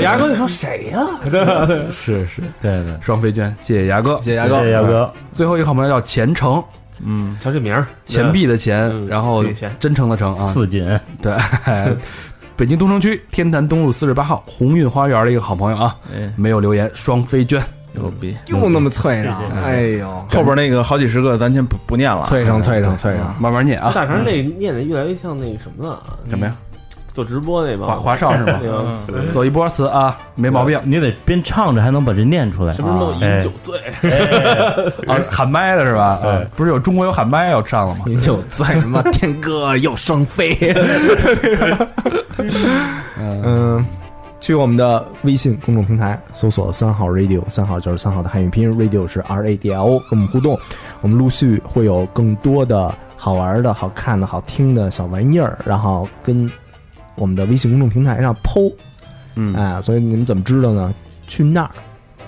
牙哥就说谁呀？是是对对，双飞娟，谢谢牙哥。谢谢牙谢谢哥，姚哥，最后一个好朋友叫钱诚，嗯，瞧这名儿，钱币的钱，嗯然后这个钱真诚的诚啊。四锦，对， 北京东城区天坛东路四十八号鸿运花园的一个好朋友啊，哎，没有留言，双飞娟。牛逼！又那么脆上谢，谢哎呦，后边那个好几十个，咱先不不念了。嗯脆上脆上脆上，慢慢念啊。大肠这念的越来越像那个什么了？什么呀？做直播那华帮华少是吗那？帮词，走一波词啊，没毛病你得边唱着还能把这念出来哎什。么什么饮酒醉，啊。喊麦的是吧？啊不是有中国有喊麦要上了吗？你就在什么天哥又双飞， 嗯。去我们的微信公众平台搜索“三好 radio”，三好就是三好的汉语拼音，radio 是 R A D L O，跟我们互动。我们陆续会有更多的好玩的、好看的、好听的小玩意儿，然后跟我们的微信公众平台上剖。嗯哎，所以你们怎么知道呢？去那儿，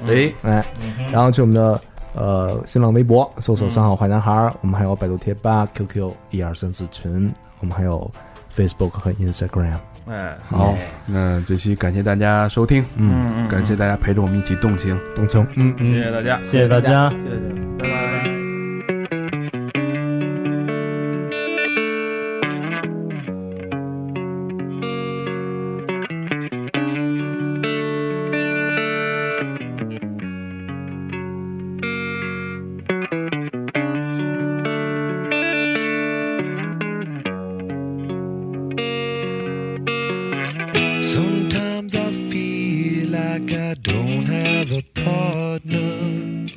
哎，哎，然后去我们的呃新浪微博搜索“三好坏男孩”，儿”，我们还有百度贴吧、QQ 一二三四群，我们还有 Facebook 和 Instagram。哎，好，那这期感谢大家收听，嗯，嗯感谢大家陪着我们一起动情。董卿，嗯嗯谢谢大家。谢谢大家。 Sometimes I feel like I don't have a partner.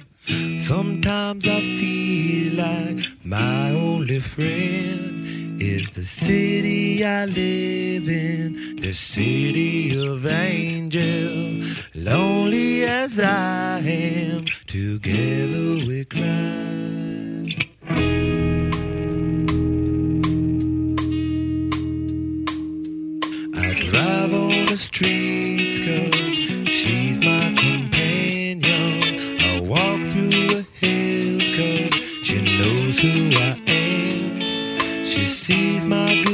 Sometimes I feel like my only friend is the city I live in, the city of angel. Lonely as I am, together we cry. I drive on the streets cause she's my companion. I walk through the hills cause she knows who I am. She sees my good